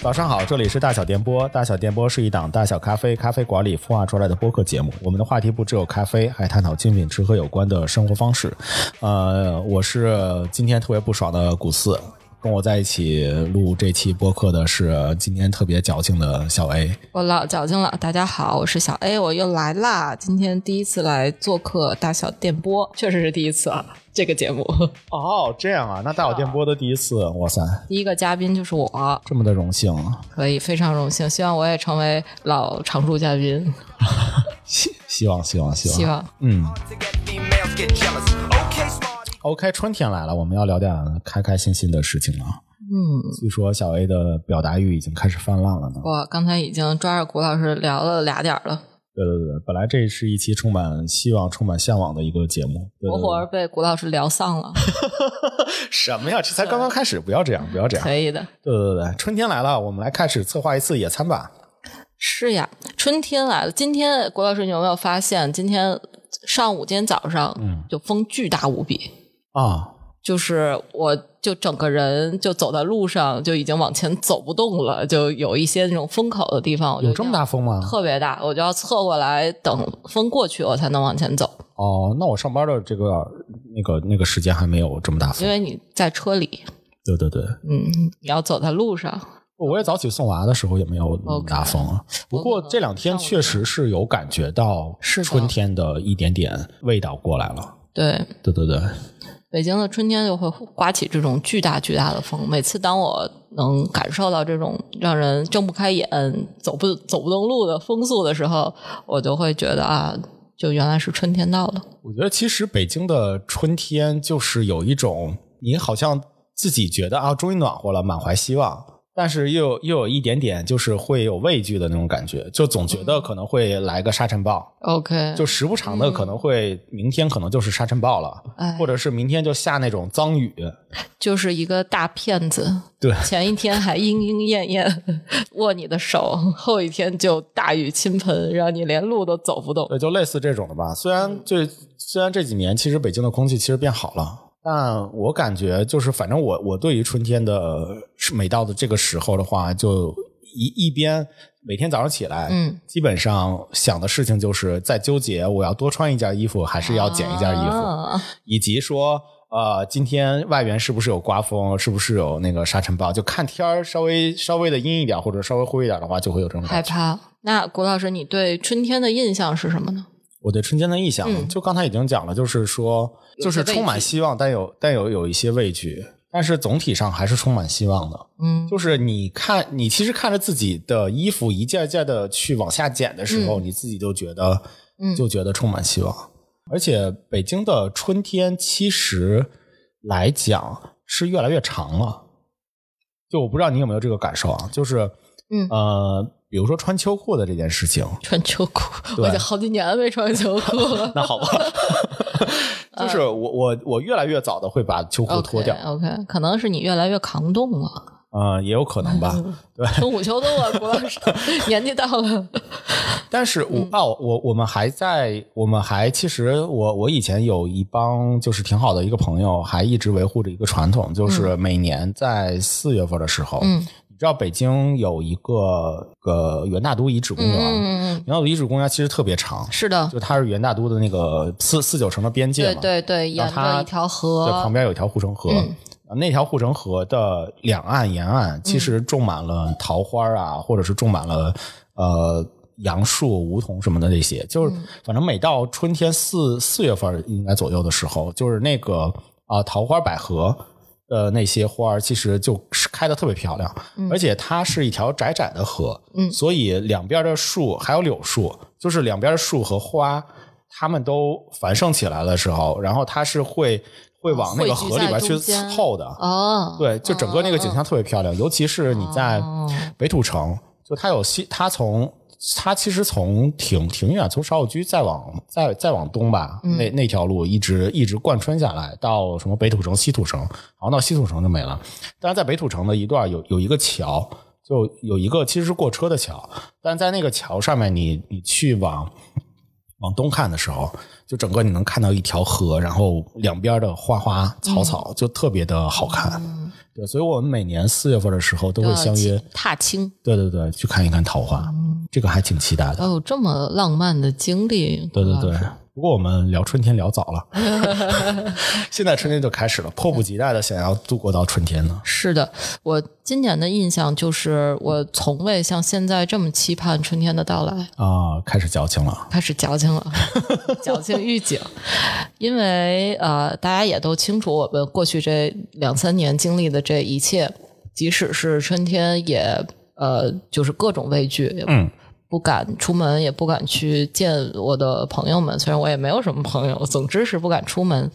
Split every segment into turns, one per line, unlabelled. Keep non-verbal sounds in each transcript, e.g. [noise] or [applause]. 早上好，这里是大小电波。大小电波是一档大小咖啡咖啡馆里孵化出来的播客节目。我们的话题不只有咖啡，还探讨精品吃喝有关的生活方式。呃，我是今天特别不爽的古四，跟我在一起录这期播客的是今天特别矫情的小 A。
我老矫情了，大家好，我是小 A，我又来啦。今天第一次来做客大小电波， [laughs] 确实是第一次啊，这个节目
哦，这样啊，那大小电波的第一次，啊哇塞，
[laughs] 第一个嘉宾就是我，
这么的荣幸，
可以非常荣幸，希望我也成为老常驻嘉宾，
希希望希望希望，
希望
嗯。
to get females get jealous. Okay, smart.
OK，春天来了，我们要聊点开开心心的事情了。
嗯。
据说小 A 的表达欲已经开始泛滥了呢。
我刚才已经抓着谷老师聊了俩点儿了，
对对对，本来这是一期充满希望、充满向往的一个节目。对
活活儿被谷老师聊丧了，
什么呀？这才刚刚开始，不要这样，不要这样。
可以的。
对啊对对，春天来了，我们来开始策划一次野餐吧。
是呀，春天来了。今天谷老师，你有没有发现，今天上午、今天早上，
嗯，
就风巨大无比，
啊，
就是我就整个人就走在路上就已经往前走不动了，就有一些那种风口的地方，我就
有这么大风吗？
特别大，我就要侧过来等风过去，我才能往前走，
哦，那我上班的这个那个那个时间还没有这么大
因
风。
为你在车里，
对对对，
嗯，你要走在路上，
我也早起送娃的时候也没有那么
OK
大风啊，不过这两天确实是有感觉到
是的
春天的一点点味道过来了。
对。
对对对，
北京的春天就会刮起这种巨大巨大的风。每次当我能感受到这种让人睁不开眼、走不走不动路的风速的时候，我就会觉得啊，就原来是春天到了。
我觉得其实北京的春天就是有一种你好像自己觉得啊，终于暖和了，满怀希望，但是又有又有一点点就是会有畏惧的那种感觉，就总觉得可能会来个沙尘暴，
OK，
就时不常的可能会明天可能就是沙尘暴了，
哎
或者是明天就下那种脏雨。
就是一个大骗子。
[laughs] 对
前一天还莺莺燕
[laughs]
燕握你的手，后一天就大雨倾盆，让你连路都走不动。
对，就类似这种的吧。虽
嗯
然最虽然这几年其实北京的空气其实变好了，但我感觉就是，反正我我对于春天的每到的这个时候的话，就一一边每天早上起来，
嗯，
基本上想的事情就是在纠结我要多穿一件衣服还是要减一件衣服，嗯
啊
以及说。呃，今天外边是不是有刮风？是不是有那个沙尘暴？就看天儿稍微稍微的阴一点，或者稍微灰一点的话，就会有这种感觉。
害怕。那谷老师，你对春天的印象是什么呢？
我对春天的印象，
嗯
就刚才已经讲了，就是说，
有些
就是充满希望，但有但有有一些畏惧，但是总体上还是充满希望的。
嗯，
就是你看，你其实看着自己的衣服一件件的去往下减的时候，你自己就觉得，
嗯
就觉得充满希望。而且北京的春天其实来讲是越来越长了，就我不知道你有没有这个感受啊，就是，
嗯
呃，比如说穿秋裤的这件事情，
穿秋裤，
对。
我已经好几年没穿秋裤
[laughs]
了
那好
[laughs]
吧，就是我我我越来越早的会把秋裤脱掉，
嗯 OK，, o k 可能是你越来越抗冻了。
嗯、也有可能
[laughs]
吧。
冬捂秋冻啊，郭老
[laughs]
师，年纪大了。
但是
嗯
我、啊，我我们还在，我们还其实我我以前有一帮就是挺好的一个朋友，还一直维护着一个传统，就是每年在四月份的时候，
嗯
你知道北京有一个个元大都遗址公园，
嗯嗯，
元大都遗址公园其实特别长，
是的，
就它是元大都的那个四四九城的边界
对
嘛，
对对，
然
沿
后它
着一条
对，
河，
旁边有一条护城河，啊
嗯
那条护城河的两岸沿岸其实种满了桃花啊，或者是种满了呃杨树、梧桐什么的这些，就是反正每到春天四四月份应该左右的时候，就是那个啊、桃花百合。的那些花儿其实就是开的特别漂亮，而且它是一条窄窄的河，
嗯
所以两边的树还有柳树，就是两边的树和花，它们都繁盛起来的时候，然后它是会会往那个河里边去
啊汇聚在中间
凑的，
哦，
对，就整个那个景象特别漂亮，尤其是你在
哦
北土城，就它有西，它从它其实从挺挺远，从芍药居再往再再往东吧，那那条路一直一直贯穿下来，到什么北土城、西土城，然后到西土城就没了。但是在北土城的一段有有一个桥，就有一个其实是过车的桥，但在那个桥上面你，你去往往东看的时候，就整个你能看到一条河，然后两边的花花草草，就特别的好看。对，所以我们每年四月份的时候都会相约，
踏青，
对对对，去看一看桃花，
嗯
这个还挺期待的。
哦，这么浪漫的经历，
对对对。
嗯
不过我们聊春天聊早了，
[laughs]
现在春天就开始了，迫不及待的想要度过到春天呢。
是的，我今年的印象就是，我从未像现在这么期盼春天的到来，
啊，开始矫情了。
开始矫情了， [laughs] 矫情预警。因为呃，大家也都清楚我们过去这两三年经历的这一切，即使是春天也，呃，就是各种畏惧，也
嗯，
不敢出门，也不敢去见我的朋友们。虽然我也没有什么朋友，总之是不敢出门。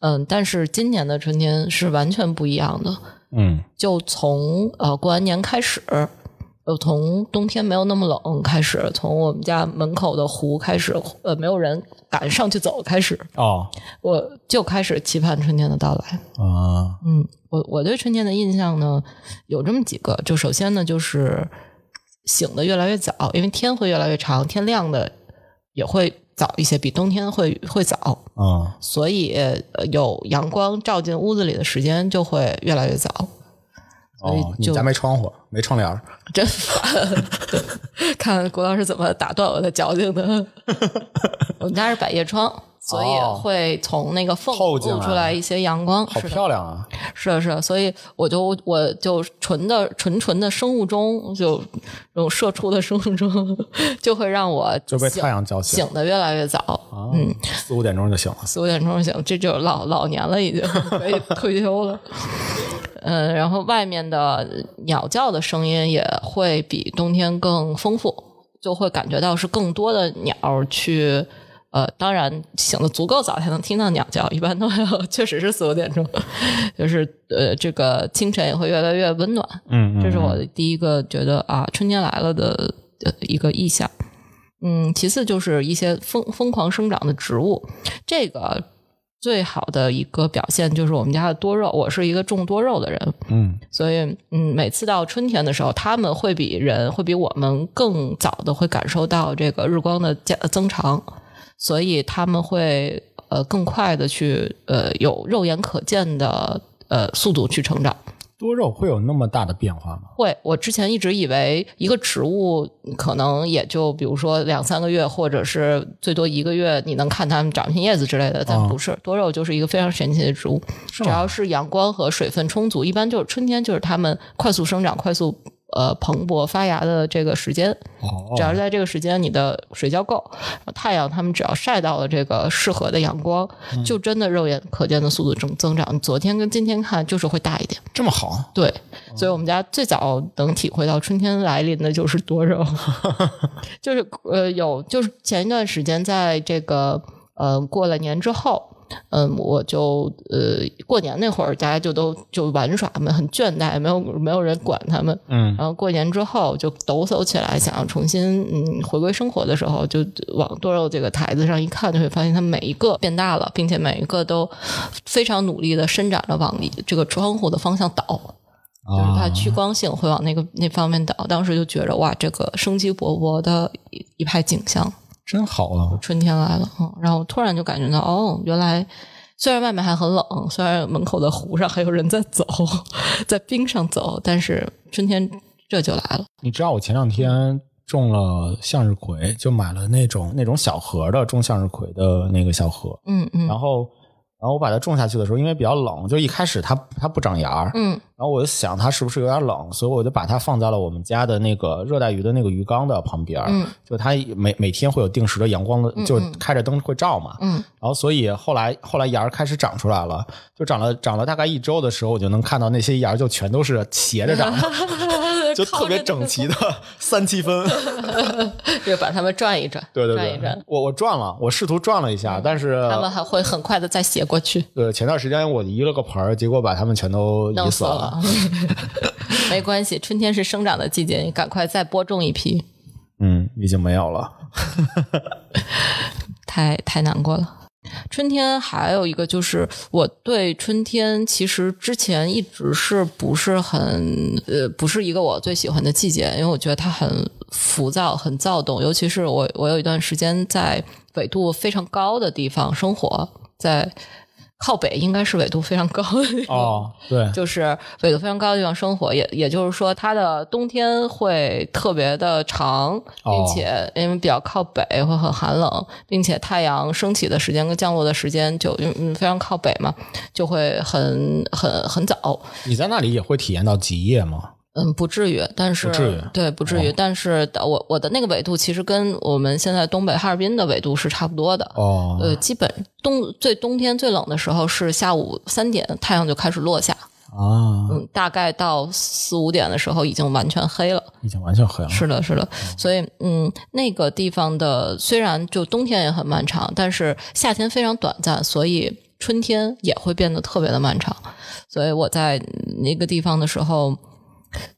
嗯，但是今年的春天是完全不一样的。
嗯
就从呃过完年开始，呃，从冬天没有那么冷开始，从我们家门口的湖开始，呃，没有人敢上去走开始，
哦
我就开始期盼春天的到来。
啊、
嗯，我我对春天的印象呢，有这么几个，就首先呢，就是醒的越来越早，因为天会越来越长，天亮的也会早一些，比冬天会会早。
啊、
所以呃有阳光照进屋子里的时间就会越来越早。所以
哦，你
就
家没窗户，没窗帘儿
真烦，看郭老师怎么打断我的矫情
[laughs]
的。我们家是百叶窗，所
哦
以会从那个缝
透
露
哦进来
出来一些阳光。
好
是的，
漂亮啊！
是的，是的，所以我就我就纯的纯纯的生物钟，就这种射出的生物钟， [laughs] 就会让我
就被
醒
太阳浇醒
醒，嗯的越来越早。
啊，四五点钟就醒了。
四五点钟醒，这就是老老年了，已经 [laughs] 可以退休了。嗯，然后外面的鸟叫的声音也会比冬天更丰富，就会感觉到是更多的鸟儿去。呃，当然醒的足够早才能听到鸟叫，一般都要 [laughs] 确实是四五点钟，就是呃，这个清晨也会越来越温暖。
嗯
这是我第一个觉得啊，春天来了的呃一个意象。嗯，其次就是一些疯疯狂生长的植物，这个最好的一个表现就是我们家的多肉。我是一个种多肉的人，
嗯
所以嗯，每次到春天的时候，他们会比人会比我们更早的会感受到这个日光的加呃增长，所以他们会呃更快的去呃有肉眼可见的呃速度去成长。
多肉会有那么大的变化吗？
会，我之前一直以为一个植物可能也就比如说两三个月，或者是最多一个月，你能看它们长新叶子之类的，但
啊
不是，多肉就是一个非常神奇的植物，
是
只要
吗？
是阳光和水分充足，一般就是春天就是它们快速生长、快速呃蓬勃发芽的这个时间。
哦，
只要是在这个时间，你的水浇够，太阳它们只要晒到了这个适合的阳光，
嗯
就真的肉眼可见的速度增增长。昨天跟今天看就是会大一点。
这么好，
对，所以我们家最早能体会到春天来临的就是多肉，就是呃有就是前一段时间在这个呃过了年之后，嗯、我就呃过年那会儿大家就都就玩耍嘛，很倦怠，没有没有人管他们，
嗯
然后过年之后就抖擞起来，想要重新嗯回归生活的时候，就往多肉这个台子上一看，就会发现它每一个变大了，并且每一个都非常努力的伸展着往这个窗户的方向倒，就是它
啊，
趋光性会往那个那方面倒。当时就觉着哇，这个生机勃勃的一一派景象，
真好啊！
春天来了，嗯，然后突然就感觉到哦，原来。虽然外面还很冷，虽然门口的湖上还有人在走， [laughs] 在冰上走，但是春天这就来了。
你知道我前两天
嗯
种了向日葵，就买了那种那种小盒的种向日葵的那个小盒，
嗯嗯
然后然后我把它种下去的时候，因为比较冷，就一开始它它不长芽儿，
嗯
然后我就想它是不是有点冷，所以我就把它放在了我们家的那个热带鱼的那个鱼缸的旁边儿，
嗯
就它每每天会有定时的阳光的，
嗯
就是开着灯会照嘛，
嗯
然后所以后来后来芽儿开始长出来了，就长了长了大概一周的时候，我就能看到那些芽儿就全都是斜着长
[laughs]
的， [laughs] 啊就特别整齐的 [laughs] 三七分。
[laughs] 就把它们转一转，
[laughs] 对对呃
转一
对
转，，嗯
我我转了，我试图转了一下，但是
它们还会很快的再斜过去，
对前段时间我移了个盆儿，结果把它们全都移
弄
死
死
了。
了。 [laughs] 没关系，春天是生长的季节，你赶快再播种一批，
嗯，已经没有了。
太太难过了。春天还有一个就是，我对春天其实之前一直是不是很呃，不是一个我最喜欢的季节，因为我觉得它很浮躁、很躁动，尤其是我我有一段时间在纬度非常高的地方生活，在靠北应该是纬度非常高的地方。
哦，对，
就是纬度非常高的地方生活，也也就是说，它的冬天会特别的长，并且
哦
因为比较靠北会很寒冷，并且太阳升起的时间跟降落的时间就嗯嗯非常靠北嘛，就会很很很早，
你在那里也会体验到极夜吗？
嗯，不至于，但是
不至于
对，不至于。
哦
但是我我的那个纬度其实跟我们现在东北哈尔滨的纬度是差不多的。
哦，
呃，基本冬最冬天最冷的时候是下午三点，太阳就开始落下。
啊，
嗯，大概到四五点的时候已经完全黑了。
已经完全黑了。
是的，是的，所以嗯，那个地方的虽然就冬天也很漫长，但是夏天非常短暂，所以春天也会变得特别的漫长。所以我在那个地方的时候，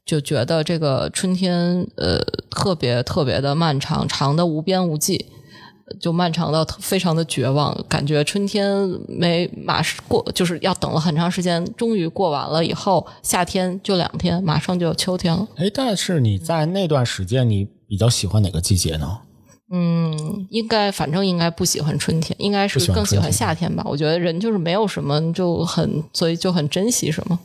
就觉得这个春天呃特别特别的漫长，长的无边无际。就漫长到特非常的绝望，感觉春天没马上过，就是要等了很长时间，终于过完了以后，夏天就两天，马上就秋天了。
哎，但是你在那段时间，你比较喜欢哪个季节呢？
嗯，应该反正应该不喜欢春天，应该
不喜
是
欢
更喜
春
欢
天
夏天吧。我觉得人就是没有什么就很，所以就很珍惜什么。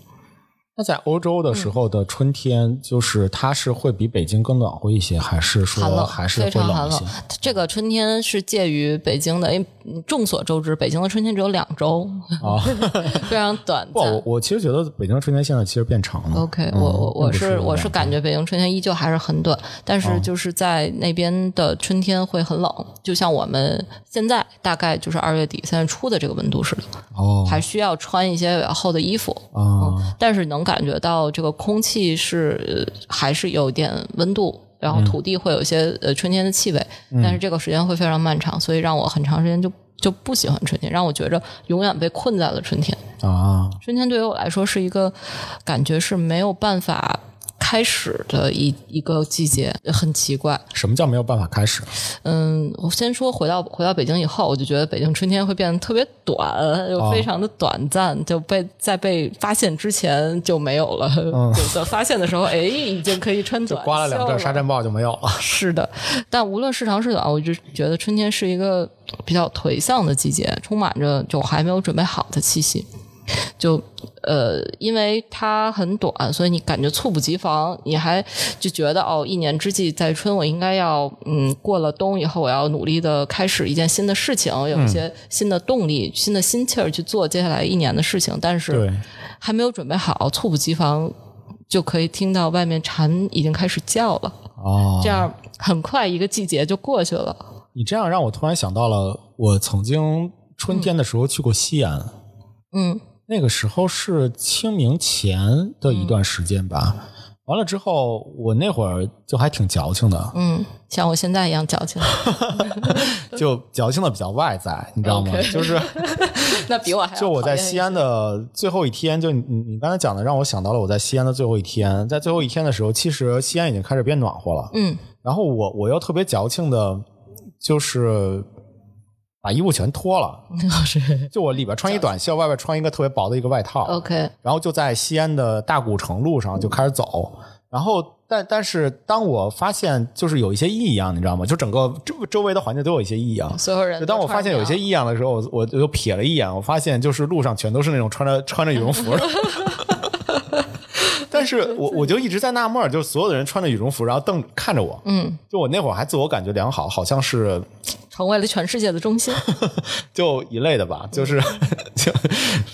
那在欧洲的时
嗯
候的春天，就是它是会比北京更暖和一些，还是
寒
说
冷
啊还是
非
会
常
冷
寒
一些
冷？这个春天是介于北京的，因为嗯众所周知，北京的春天只有两周， [laughs]
啊？
非常短
不，我
暂。
我其实觉得北京的春天现在其实变长了。
OK，
嗯
我我
并
我
不
是
两
我
哦
是感觉北京春天依旧还是很短，但是就是在那边的春天会很冷，就像我们现在大概就是二月底三月初的这个温度似的，
哦
还嗯需要穿一些比较厚的衣服。
啊
但是能感觉到这个空气是呃还是有点温度，然后土地会有一些呃春天的气味，但是这个时间会非常漫长，所以让我很长时间就就不喜欢春天，让我觉着永远被困在了春天。
啊
春天对于我来说是一个感觉是没有办法。开始的一一个季节很奇怪，
什么叫没有办法开始？啊
嗯，我先说回到回到北京以后，我就觉得北京春天会变得特别短，又非常的短暂，
哦
就被在被发现之前就没有了。 [laughs] 就在发现的时候，哎，已经可以穿短
嗯
袖
刮了两阵沙
了
尘暴就没有了。
是的，但无论是长是短，我就觉得春天是一个比较颓丧的季节，充满着就还没有准备好的气息。就呃，因为它很短，所以你感觉猝不及防，你还就觉得哦，一年之计在春，我应该要嗯，过了冬以后，我要努力的开始一件新的事情，有一些新的动力、新的心气儿去做接下来一年的事情，但是
对，
还没有准备好，猝不及防。就可以听到外面蝉已经开始叫了，
哦
这，样很快一个季节就过去了。
你这样让我突然想到了，我曾经春天的时候去过西安。
嗯，
那个时候是清明前的一段时间吧。完了之后，我那会儿就还挺矫情
[laughs]
的，
嗯，像我现在一样矫 [laughs] 情，
就矫情的比较外在，你知道吗
OK [laughs]
就是
那比我还要
就我在
讨厌一
西安的最后一天，就你你刚才讲的，让我想到了我在西安的最后一天。在最后一天的时候，其实西安已经开始变暖和了。
嗯
然后我我又特别矫情的，就是把衣服全脱了，就我里边穿一短袖，外边穿一个特别薄的一个外套。
，OK，
然后就在西安的大古城路上就开始走，然后但但是当我发现就是有一些异样，你知道吗？就整个周周围的环境都有一些异样。
所有人
就
都
当我发
穿着
现有一些
样
异样的时候，我我就瞥了一眼，我发现就是路上全都是那种穿着穿着羽绒
[laughs]
服的。但是我我就一直在纳闷儿，就是所有的人穿着羽绒服，然后瞪看着我。
嗯，
就我那会儿还自我感觉良好，好像是
成为了全世界的中
[laughs]
心，
就一类的吧，就是 [laughs] 就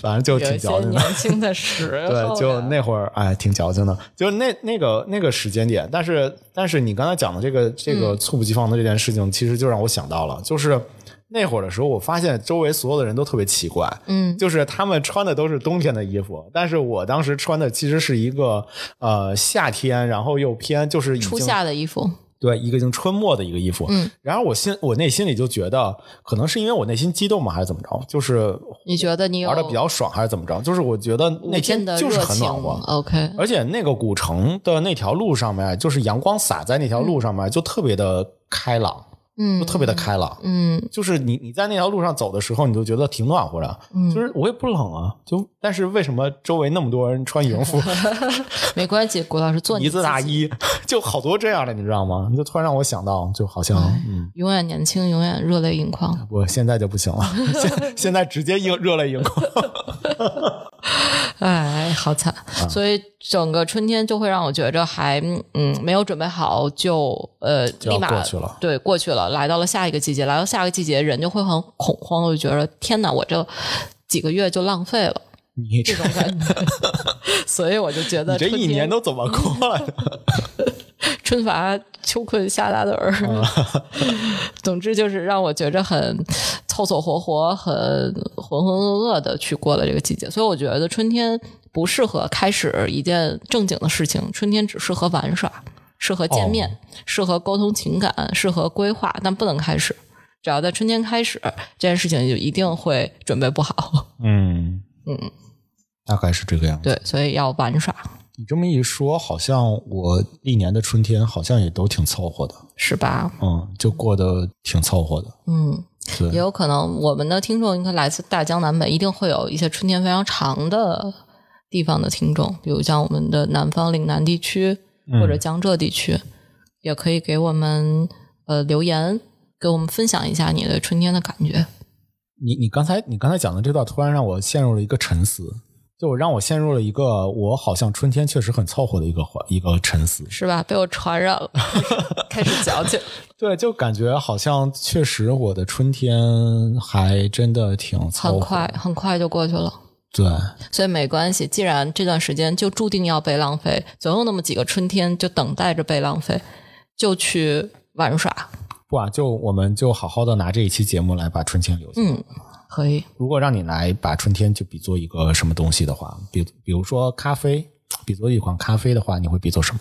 反正就
嗯有
挺
一些
矫情的。
年轻的时
[laughs]
候呀，
对，就那会儿，哎，挺矫情的，就是那那个那个时间点。但是，但是你刚才讲的这个这个
嗯
猝不及防的这件事情，其实就让我想到了，就是那会儿的时候，我发现周围所有的人都特别奇怪，
嗯，
就是他们穿的都是冬天的衣服，但是我当时穿的其实是一个呃夏天，然后又偏就是已经
初夏的衣服，
对，一个已经春末的一个衣服。
嗯，
然后我心我内心里就觉得，可能是因为我内心激动嘛，还是怎么着，就是
你觉得你有
玩的比较爽，还是怎么着？就是我觉得那
无尽
天
的
就是
热
很
情
暖和。
，OK，
而且那个古城的那条路上面，就是阳光洒在那条路上面，就特别的开朗。
嗯
就特别的开朗。
嗯
就是你你在那条路上走的时候，你就觉得挺暖和的，
嗯
就是我也不冷啊，就但是为什么周围那么多人穿羽绒
[laughs]
服、
没关系，谷老师做你
呢子大
自己，
衣，就好多这样的，你知道吗？你就突然让我想到，就好像
哎
嗯，
永远年轻，永远热泪盈眶。
我现在就不行了，现现在直接硬热泪盈
[laughs]
眶。
哎，好惨！
啊
所以整个春天就会让我觉着还嗯没有准备好就呃
就要
立马
过去了
对，过去了，来到了下一个季节，来到下一个季节，人就会很恐慌，我就觉得天哪，我这几个月就浪费了
你这
这种感觉。所以我就觉得
你这
春
一
天
年都怎么过
[laughs]
来的？
春乏秋困夏打盹儿， [laughs] 总之就是让我觉着很凑凑合合、很浑浑噩噩的去过了这个季节。所以我觉得春天不适合开始一件正经的事情，春天只适合玩耍，适合见面，适合沟通情感，适合规划，但不能开始。只要在春天开始，这件事情就一定会准备不好。 [laughs]
嗯
嗯，
大概是这个样子。
对，所以要玩耍，
你这么一说，好像我历年的春天好像也都挺凑合的，
是吧？
嗯，就过得挺凑合的。
嗯，
对
也有可能我们的听众应该来自大江南北，一定会有一些春天非常长的地方的听众，比如像我们的南方岭南地区
嗯
或者江浙地区，也可以给我们呃留言，给我们分享一下你的春天的感觉。
[laughs] 你你刚才你刚才讲的这段，突然让我陷入了一个沉思，就让我陷入了一个我好像春天确实很凑合的一个环一个沉思。
是吧？被我传
[laughs]
染了，开始矫情。
对，就感觉好像确实我的春天还真的挺凑合
很快，很快就过去了，
对，
所以没关系。既然这段时间就注定要被浪费，总有那么几个春天就等待着被浪费，就去玩耍。
不啊，就我们就好好的拿这一期节目来把春天留下。
嗯，可以。
如果让你来把春天就比作一个什么东西的话，比比如说咖啡，比作一款咖啡的话，你会比作什么？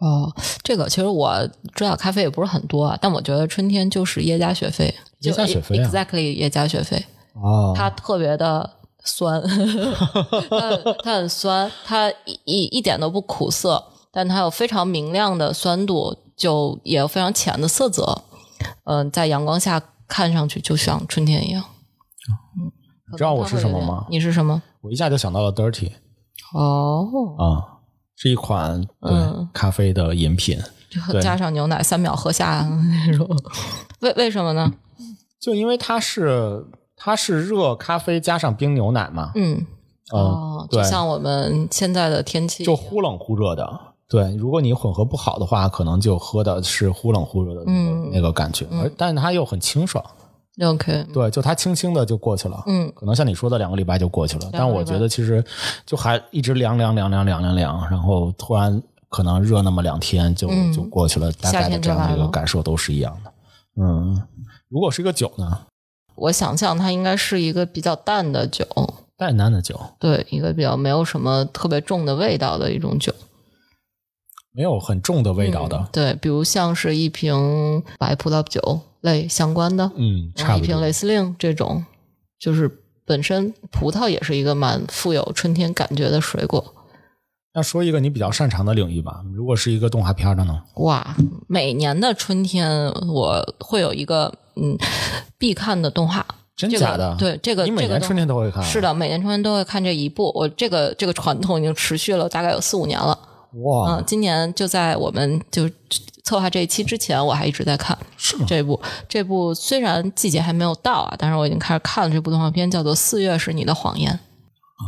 哦，这个其实我知道咖啡也不是很多啊，但我觉得春天就是耶加雪菲，
耶加雪菲
就
啊
，exactly 耶加雪菲，
哦
它特别的
[laughs]
酸，它很它很酸，它一一一点都不苦涩，但它有非常明亮的酸度，就也有非常浅的色泽，嗯、在阳光下看上去就像春天一样。嗯，
哦知道我
可能
是什
它会
么
有点
吗
你是什么？
我一下就想到了 dirty
哦，
啊、是一款对、
嗯
咖啡的饮品。对
加上牛奶，三秒喝下那
[laughs]
种，为为什么呢？
就因为它是它是热咖啡加上冰牛奶嘛，
嗯，
嗯
哦，就
对
像我们现在的天气一
就
样，
忽冷忽热的。对，如果你混合不好的话，可能就喝的是忽冷忽热的那个
嗯
那个感觉，而但是它又很清爽，
OK，
对，就它轻轻的就过去了。
嗯
可能像你说的两个礼拜就过去了，但
个
我
礼拜
觉得其实就还一直凉凉凉凉凉凉凉，然后突然可能热那么两天就、
嗯
就过去了，大
夏
概的
天
这
就
样的
来
一个
了
感受都是一样的。嗯，如果是一个酒呢，
我想象它应该是一个比较淡的酒，
淡淡的酒，
对，一个比较没有什么特别重的味道的一种酒，嗯
没有很重的味道的，
对，比如像是一瓶白葡萄酒类相关的，
嗯，
然
差
后
不
一瓶
多
雷。司令这种，就是本身葡萄也是一个蛮富有春天感觉的水果。
那说一个你比较擅长的领域吧，如果是一个动画片的呢？
哇，每年的春天我会有一个嗯必看的动画，
真
这个
假的？
对这个
你每
这个
年
动
春天都会看？啊
是，的，每年春天都会看这一部。我这个这个传统已经持续了大概有四五年了。
哇
嗯，，今年就在我们就策划这一期之前，我还一直在看
是吗？
这部。这部虽然季节还没有到啊，但是我已经开始看了这部动画片，叫做《四月是你的谎言》。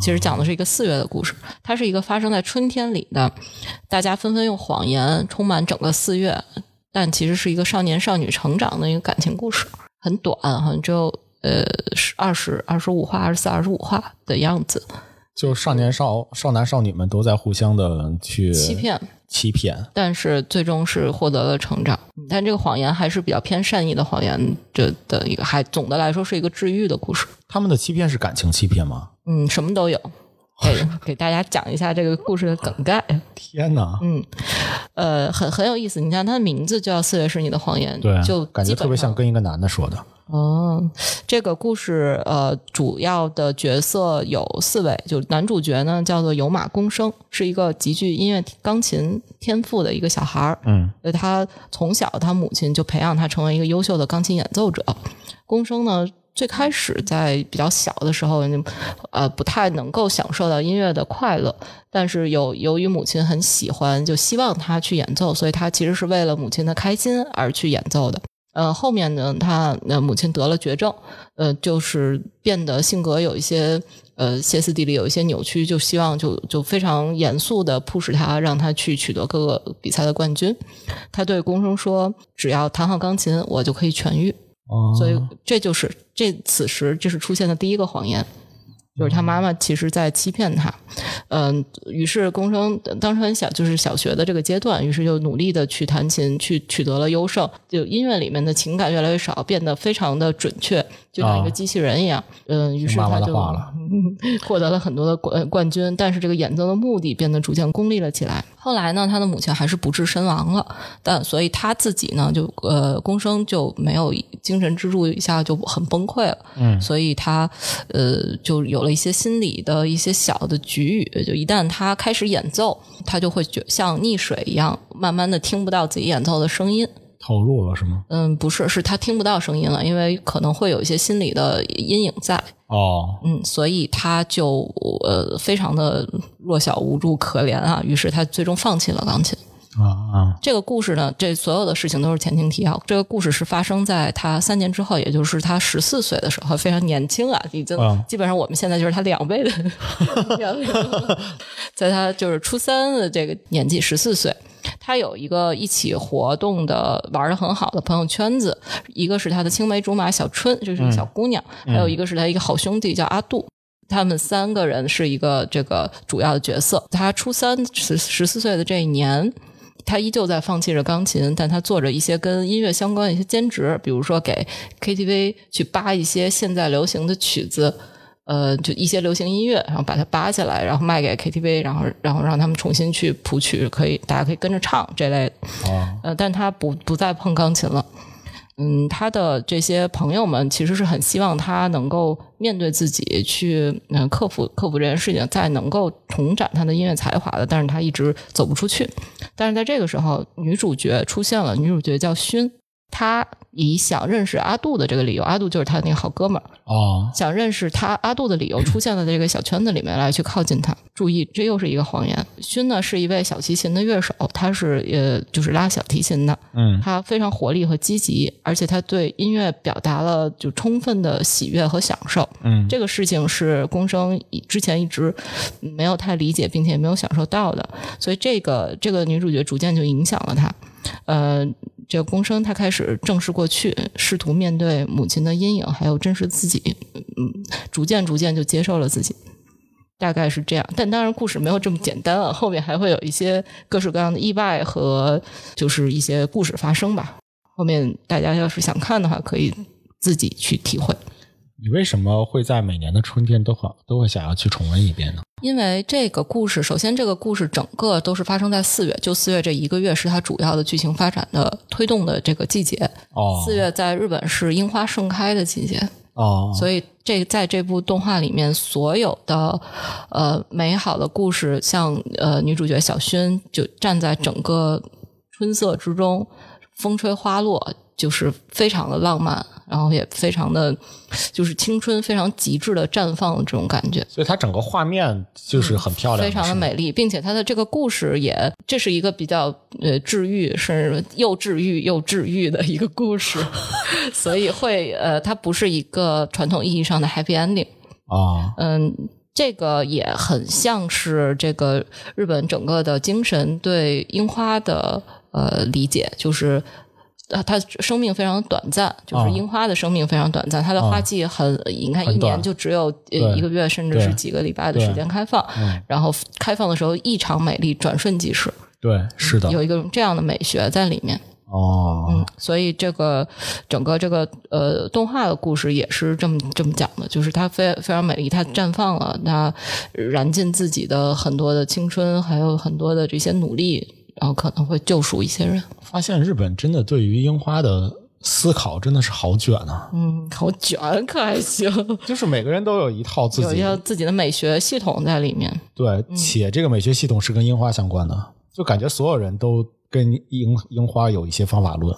其实讲的是一个四月的故事，它是一个发生在春天里的，大家纷纷用谎言充满整个四月，但其实是一个少年少女成长的一个感情故事，很短，好像只有呃二十二十五话、二十四、二十五话的样子。
就少年少少男少女们都在互相的去
欺骗，
欺骗，
但是最终是获得了成长。但这个谎言还是比较偏善意的谎言，这的一个还总的来说是一个治愈的故事。
他们的欺骗是感情欺骗吗？
嗯，什么都有。给给大家讲一下这个故事的梗概，
天哪！
嗯，呃，很很有意思。你看，它的名字就叫《四月是你的谎言》，
对，
就
感觉
基本
特别
上
像跟一个男的说的。
哦，这个故事呃，主要的角色有四位，就男主角呢叫做有马公生，是一个极具音乐钢琴天赋的一个小孩儿。
嗯，
呃他从小他母亲就培养他成为一个优秀的钢琴演奏者。公生呢，最开始在比较小的时候，嗯呃，不太能够享受到音乐的快乐，但是有由于母亲很喜欢，就希望他去演奏，所以他其实是为了母亲的开心而去演奏的。呃，后面呢，他呃母亲得了绝症，呃，就是变得性格有一些呃歇斯底里，有一些扭曲，就希望就就非常严肃的迫使他，让他去取得各个比赛的冠军。他对公生说：“只要弹好钢琴，我就可以痊愈。”
哦
所以这就是这此时这是出现的第一个谎言，就
嗯
是他妈妈其实在欺骗他。嗯，于是公生当时很小，就是小学的这个阶段，于是就努力的去弹琴，去取得了优胜。就音乐里面的情感越来越少，变得非常的准确，就像一个
啊
机器人一样。嗯，于是
妈妈
他
的
就
话了
[laughs] 获得了很多的冠呃冠军，但是这个演奏的目的变得逐渐功利了起来。后来呢，他的母亲还是不治身亡了，但所以他自己呢，就呃，公生就没有精神支柱，一下就很崩溃了。
嗯
所以他呃就有了一些心理的一些小的局语，就一旦他开始演奏，他就会觉像溺水一样，慢慢的听不到自己演奏的声音。
投入了是吗？
嗯，不是，是他听不到声音了，因为可能会有一些心理的阴影在。
哦，
嗯，所以他就呃非常的弱小、无助、可怜啊，于是他最终放弃了钢琴。
啊啊，
这个故事呢，这所有的事情都是前情提要。这个故事是发生在他三年之后，也就是他十四岁的时候，非常年轻啊，已经
嗯
基本上我们现在就是他两倍的年龄了，在他就是初三的这个年纪，十四岁。他有一个一起活动的、玩的很好的朋友圈子，一个是他的青梅竹马小春，就是一个小姑娘，还有一个是他一个好兄弟叫阿杜。他们三个人是一个这个主要的角色。他初三十十四岁的这一年，他依旧在放弃着钢琴，但他做着一些跟音乐相关的一些兼职，比如说给 KTV 去扒一些现在流行的曲子，呃，就一些流行音乐，然后把它扒下来，然后卖给 KTV，然后然后让他们重新去谱曲，可以大家可以跟着唱这类的。
哦，
呃，但他不不再碰钢琴了。嗯，他的这些朋友们其实是很希望他能够面对自己去，嗯、克服克服这件事情，再能够重展他的音乐才华的。但是他一直走不出去。但是在这个时候，女主角出现了，女主角叫薰，她以想认识阿杜的这个理由，阿杜就是她那个好哥们儿，
哦，
想认识他阿杜的理由出现在这个小圈子里面来去靠近他。注意，这又是一个谎言。勋呢是一位小提琴的乐手，他是呃就是拉小提琴的，
嗯
他非常活力和积极，而且他对音乐表达了就充分的喜悦和享受。
嗯，
这个事情是公生以之前一直没有太理解，并且没有享受到的，所以这个这个女主角逐渐就影响了他。呃，这个公生他开始正视过去，试图面对母亲的阴影，还有真实自己，嗯，逐渐逐渐就接受了自己。大概是这样，但当然故事没有这么简单啊，后面还会有一些各式各样的意外和就是一些故事发生吧。后面大家要是想看的话，可以自己去体会。
你为什么会在每年的春天都好都会想要去重温一遍呢？
因为这个故事，首先这个故事整个都是发生在四月，就四月这一个月是它主要的剧情发展的推动的这个季节。
哦，
四月在日本是樱花盛开的季节，
哦，
所以这在这部动画里面所有的呃美好的故事，像呃女主角小薰就站在整个春色之中，风吹花落，就是非常的浪漫，然后也非常的就是青春非常极致的绽放的这种感觉。
所以它整个画面就是很漂亮，
非常
是
的
吗。
美丽，并且它的这个故事也，这是一个比较呃治愈，是又治愈又治愈的一个故事， [laughs] 所以会呃，它不是一个传统意义上的 happy ending，
哦，
嗯。这个也很像是这个日本整个的精神对樱花的呃理解，就是呃，它生命非常短暂，就是
啊
樱花的生命非常短暂，它的花季很，你看一
很短
年就只有呃
对
一个月，甚至是
对
几个礼拜的时
对
间开放。
嗯，
然后开放的时候异常美丽，转瞬即逝，
对，是的，
嗯有一个这样的美学在里面。嗯
哦，，
所以这个整个这个呃动画的故事也是这么这么讲的，就是它非非常美丽，它绽放了，它燃尽自己的很多的青春，还有很多的这些努力，然后可能会救赎一些人。
发现日本真的对于樱花的思考真的是好卷啊！
嗯，好卷，可还行，
就是每个人都有一套自
有一嗯
己
个自己的美学系统在里面。 [laughs]
对，且这个美学系统是跟樱花相关的，就感觉所有人都跟樱樱花有一些方法论。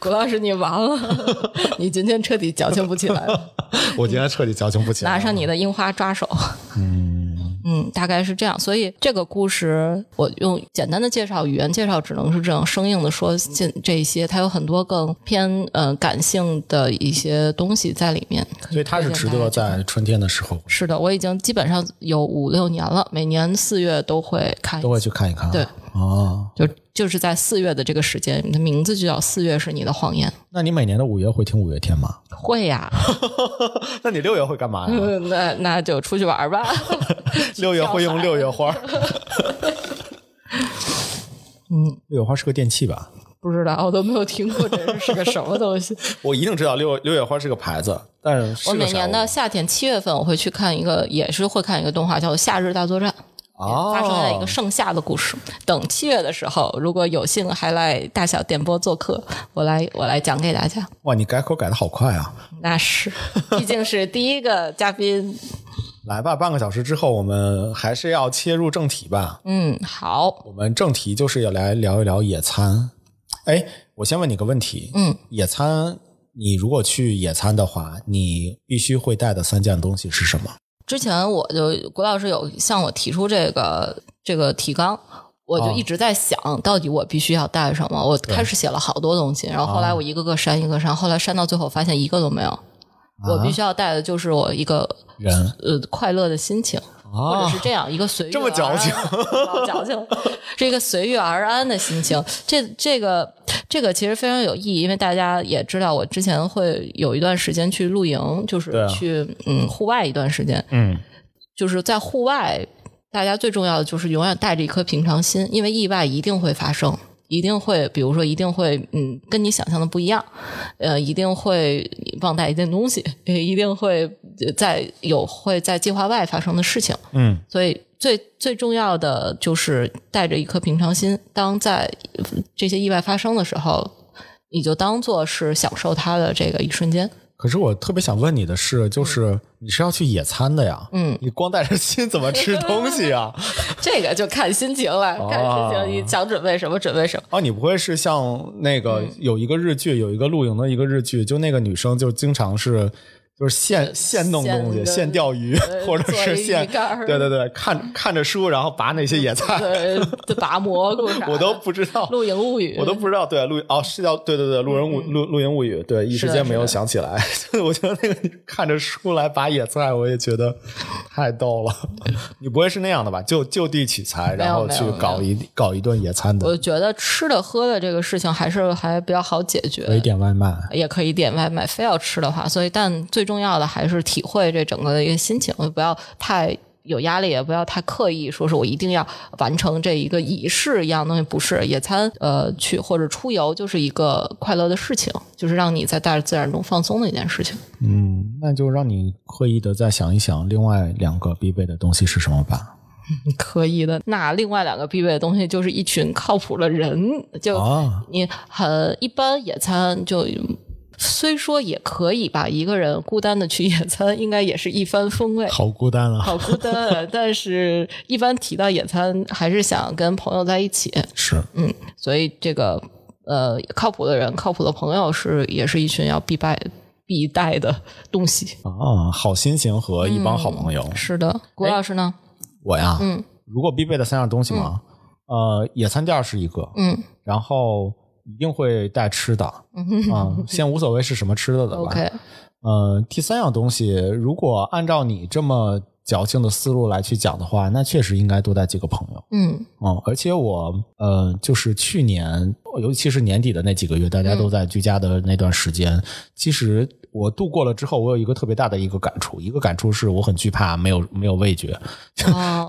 谷老师，你完了， [laughs] 你今天彻底矫情不起
[laughs]
来了， [laughs]
我今天彻底矫情不起来了，
拿上你的樱花抓手。
嗯，
嗯，大概是这样。所以这个故事，我用简单的介绍，语言介绍只能是这样生硬的说这这一些，它有很多更偏呃感性的一些东西在里面。可以
所以它是
推荐
值
大家
得
去看
在春天的时候
是的，我已经基本上有五六年了，每年四月都会看一次，
都会去看一看啊。
对
啊，
就就是在四月的这个时间，你的名字就叫《四月是你的谎言
那你每年的五月会听五月天吗？》。
会呀、
[laughs] 那你六月会干嘛
[laughs]
呀？
嗯， [laughs] 那那就出去
[laughs]
玩吧。
六月会用
跳伞
六月花。
[laughs]
嗯，六月花是个电器吧？
不知道，我都没有听过这是个什么东西。
我一定知道六六月花是个牌子，但是是
我
个
每
啥
年的夏天七月份，我会去看一个，也是会看一个动画，叫做《夏日大作战》。
哦，
发生在一个盛夏的故事。等七月的时候，如果有幸还来大小电波做客，我来我来讲给大家。
哇，你改口改的好快啊！
那是，毕竟是第一个嘉宾。
来吧，半个小时之后，我们还是要切入正题吧。
嗯，好，
我们正题就是要来聊一聊野餐。哎，我先问你个问题，
嗯，
野餐，你如果去野餐的话，你必须会带的三件东西是什么？
之前我就谷老师有向我提出这个这个提纲。我就
啊
一直在想，到底我必须要带什么？我开始写了好多东西，然后
哦
后来我一个个删，一个删，后来删到最后发现一个都没有。我
啊
必须要带的就是我一个
人
呃快乐的心情，或者
啊
是这样一个随遇
这么
而安
矫情
老矫情，这个随遇而安的心情，这这个这个其实非常有意义，因为大家也知道，我之前会有一段时间去露营，就是
对啊
去、嗯户外一段时间，
嗯，
就是在户外，大家最重要的就是永远带着一颗平常心，因为意外一定会发生，一定会，比如说一定会，嗯，跟你想象的不一样，呃，一定会忘带一件东西， [laughs] 呃一定会呃在有会在计划外发生的事情，
嗯，
所以最最重要的就是带着一颗平常心，当在呃这些意外发生的时候，你就当做是享受它的这个一瞬间， [laughs]
可是我特别想问你的是，就是你是要去野餐的呀？
嗯
你光带着心怎么吃东西啊？
这个就看心情了，看心
哦
情，你想准备什么准备什么。
哦，你不会是像那个
嗯
有一个日剧，有一个露营的一个日剧，就那个女生就经常是就是现现弄东西，
现
现钓鱼 [laughs]
呃
或者
做
是
一鱼
现
竿儿
对对对，看看着书，然后拔那些野
[laughs]
菜，
对，呃就拔蘑菇啥的，
我都不知道，
[laughs] 露营物语，
我都不知道。对，露哦是叫对对对，露人物露露营物语，对，一时
是的
间没
是
有
的
想起来。我觉得那个看着书来拔野菜，我也觉得太逗
[laughs]
了。你不会是那样的吧？就就地取材，
没有
然后
没
去
有
搞一搞一顿野餐的，
我觉得吃的喝的这个事情还是还比较好解
有一
决。
点外卖。
也可以点外卖，非要吃的话，所以但最重要的还是体会这整个的一个心情，不要太有压力，也不要太刻意，说是我一定要完成这一个仪式一样东西，不是野餐，呃，去或者出游就是一个快乐的事情，就是让你在大自然中放松的一件事情。
嗯，那就让你刻意的再想一想，另外两个必备的东西是什么吧。
可以的。那另外两个必备的东西就是一群靠谱的人，就
啊
你很一般野餐就。虽说也可以吧，一个人孤单的去野餐，应该也是一番风味。
好孤单啊！
好孤单啊，但是一般提到野餐，还是想跟朋友在一起，
是，
所以这个呃，靠谱的人、靠谱的朋友是也是一群要必带必带的东西。
啊，好心情和一帮好朋友。
是的，郭老师呢？
我呀，
嗯，
如果必备的三样东西嘛，呃，野餐垫儿是一个，
嗯
然后一定会带吃的啊、
嗯哼
先无所谓是什么吃的的吧。
，OK，
呃，第三样东西，如果按照你这么矫情的思路来去讲的话，那确实应该多带几个朋友。
嗯
嗯，而且我呃，就是去年，尤其是年底的那几个月，大家
嗯
都在居家的那段时间，其实我度过了之后，我有一个特别大的一个感触，一个感触是我很惧怕没有没有味觉，
哦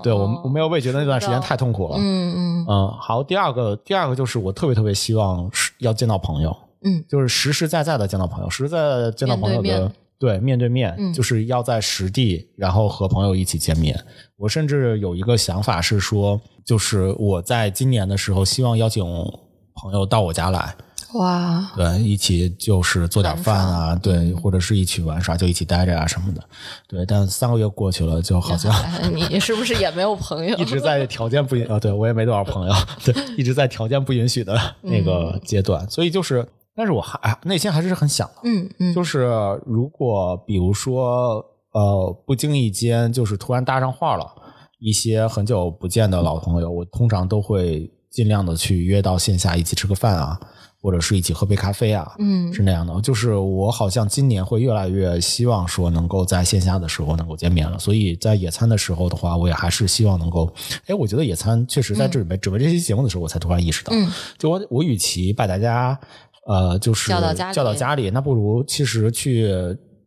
[laughs] 对我
哦
我没有味觉的那段时间太痛苦了。
嗯嗯
嗯，好，第二个，第二个就是我特别特别希望是要见到朋友，
嗯，
就是实实在在的见到朋友，实实在在的见到朋友的，
面
对
对面
面对面，
嗯
就是要在实地，然后和朋友一起见面。我甚至有一个想法是说，就是我在今年的时候，希望邀请朋友到我家来，
哇，
对，一起就是做点饭啊，
嗯
对，或者是一起玩耍，就一起待着啊什么的，对。但三个月过去了，就好像
[laughs] 你是不是也没有朋
[laughs]
友？
一直在条件不允啊，对我也没多少朋友， [laughs] 对，一直在条件不允许的那个阶段，所以就是，但是我还哎内心还是很想的，
嗯嗯，
就是如果呃比如说呃不经意间就是突然搭上话了，一些很久不见的老朋友，我通常都会尽量的去约到线下一起吃个饭啊，或者是一起喝杯咖啡啊，
嗯
是那样的。就是我好像今年会越来越希望说能够在线下的时候能够见面了，所以在野餐的时候的话，我也还是希望能够，哎，我觉得野餐确实在准备、准备这期节目的时候，我才突然意识到，
嗯
就我我与其把大家呃就是
叫到家里
叫到家里，那不如其实去。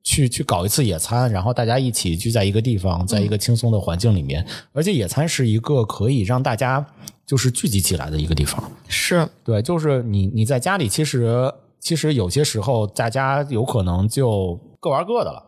去去搞一次野餐，然后大家一起聚在一个地方，在一
嗯
个轻松的环境里面，而且野餐是一个可以让大家就是聚集起来的一个地方。
是
对，就是你你在家里，其实其实有些时候大家有可能就各玩各的了。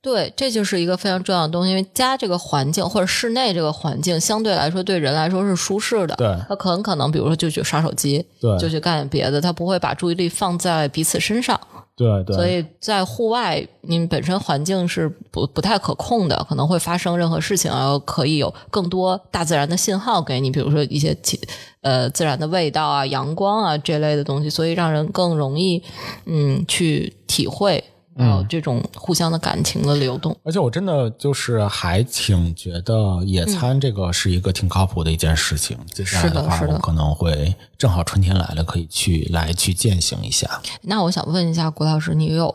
对，这就是一个非常重要的东西，因为家这个环境或者室内这个环境相对来说对人来说是舒适的，
对
他很可能比如说就去刷手机，
对
就去干点别的，他不会把注意力放在彼此身上，
对对，
所以在户外，你们本身环境是不不太可控的，可能会发生任何事情，然后可以有更多大自然的信号给你，比如说一些其呃自然的味道啊、阳光啊这类的东西，所以让人更容易嗯去体会。
嗯
还有这种互相的感情的流动，
而且我真的就是还挺觉得野餐这个是一个挺靠谱的一件事情。接下来
嗯是的
话，
是的
我可能会正好春天来了，可以去来去践行一下。
那我想问一下郭老师，你有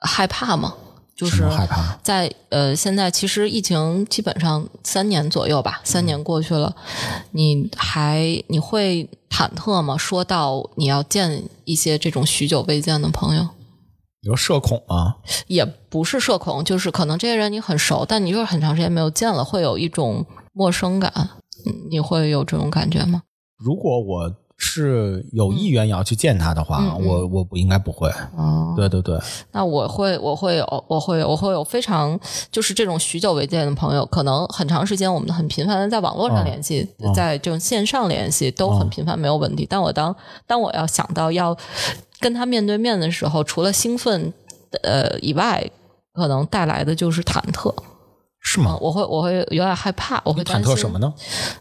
害怕吗？就
什
是
么害怕？
在呃，现在其实疫情基本上三年左右吧，三年过去了，你还你会忐忑吗？说到你要见一些这种许久未见的朋友，
你说社恐吗？
也不是社恐，就是可能这些人你很熟，但你就是很长时间没有见了，会有一种陌生感。嗯你会有这种感觉吗？
如果我是有意愿要去见他的话，
嗯嗯嗯嗯
我我不应该不会。
哦，
对对对，
那我会，我会有，我会，我会有非常就是这种许久未见的朋友，可能很长时间我们很频繁的在网络
嗯
上联系，
嗯
在这种线上联系都很
嗯
频繁，没有问题。但我当当我要想到要跟他面对面的时候，除了兴奋呃以外，可能带来的就是忐忑。
是吗
嗯？我会，我会有点害怕，我会
你哦
担
忐
心
忑什么呢？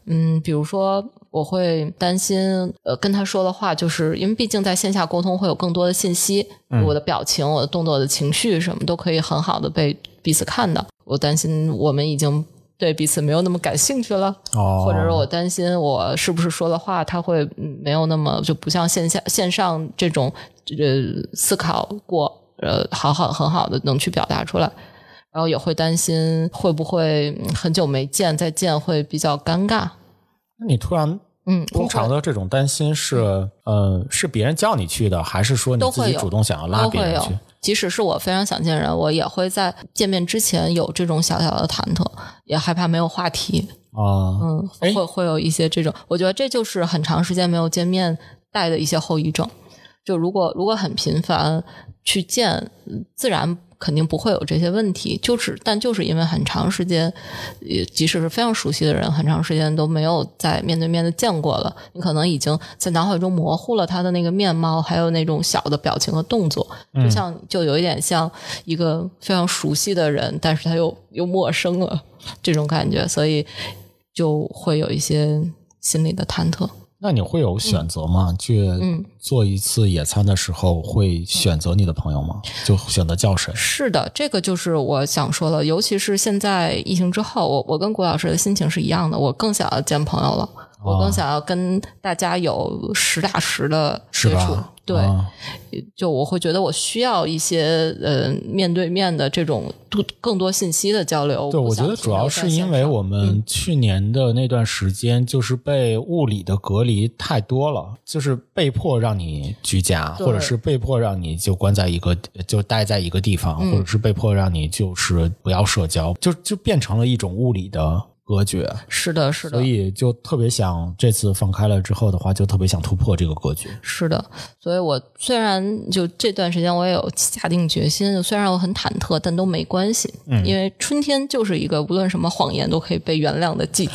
嗯，比如说我会担心，呃，跟他说的话，就是因为毕竟在线下沟通会有更多的信息，我的表情、我的动作、我的情绪什么都可以很好的被彼此看到。我担心我们已经对彼此没有那么感兴趣了。
哦，
或者说我担心我是不是说的话，他会嗯没有那么就不像线下线上这种呃思考过，呃，好好很好的能去表达出来。然后也会担心会不会嗯很久没见再见会比较尴尬。
那你突然
嗯，我
通
会
常的这种担心是，呃，是别人叫你去的，还是说你
都
自
会
己
有
主动想要拉
都
别
会
人
有
去？。
即使是我非常想见人，我也会在见面之前有这种小小的忐忑，也害怕没有话题。
啊，
嗯，
哎
会会有一些这种，我觉得这就是很长时间没有见面带的一些后遗症。就如果如果很频繁去见，嗯自然肯定不会有这些问题。就是但就是因为很长时间，也即使是非常熟悉的人，很长时间都没有在面对面的见过了，你可能已经在脑海中模糊了他的那个面貌，还有那种小的表情和动作，
嗯
就像就有一点像一个非常熟悉的人，但是他又又陌生了这种感觉，所以就会有一些心里的忐忑。
那你会有选择吗？
嗯
去做一次野餐的时候，会选择你的朋友吗？就选择叫谁？
是的，这个就是我想说了，尤其是现在疫情之后，我我跟谷老师的心情是一样的，我更想要见朋友了，
哦
我更想要跟大家有实打实的
是
接触
吧？。
对，
啊
就我会觉得我需要一些呃面对面的这种多更多信息的交流。
对，
不
我
想
觉得主
停留
要
在
是
线
因为
上嗯
我们去年的那段时间，就是被物理的隔离太多了，就是被迫让你居家，
对
或者是被迫让你就关在一个就待在
嗯
一个地方，或者是被迫让你就是不要社交，就就变成了一种物理的隔绝，
是的，是的
所，以就特别想这次放开了之后的话，就特别想突破这个格局。
是的。所以我虽然就这段时间我也有下定决心，虽然我很忐忑，但都没关系，
嗯
因为春天就是一个无论什么谎言都可以被原谅的
[laughs]
季节，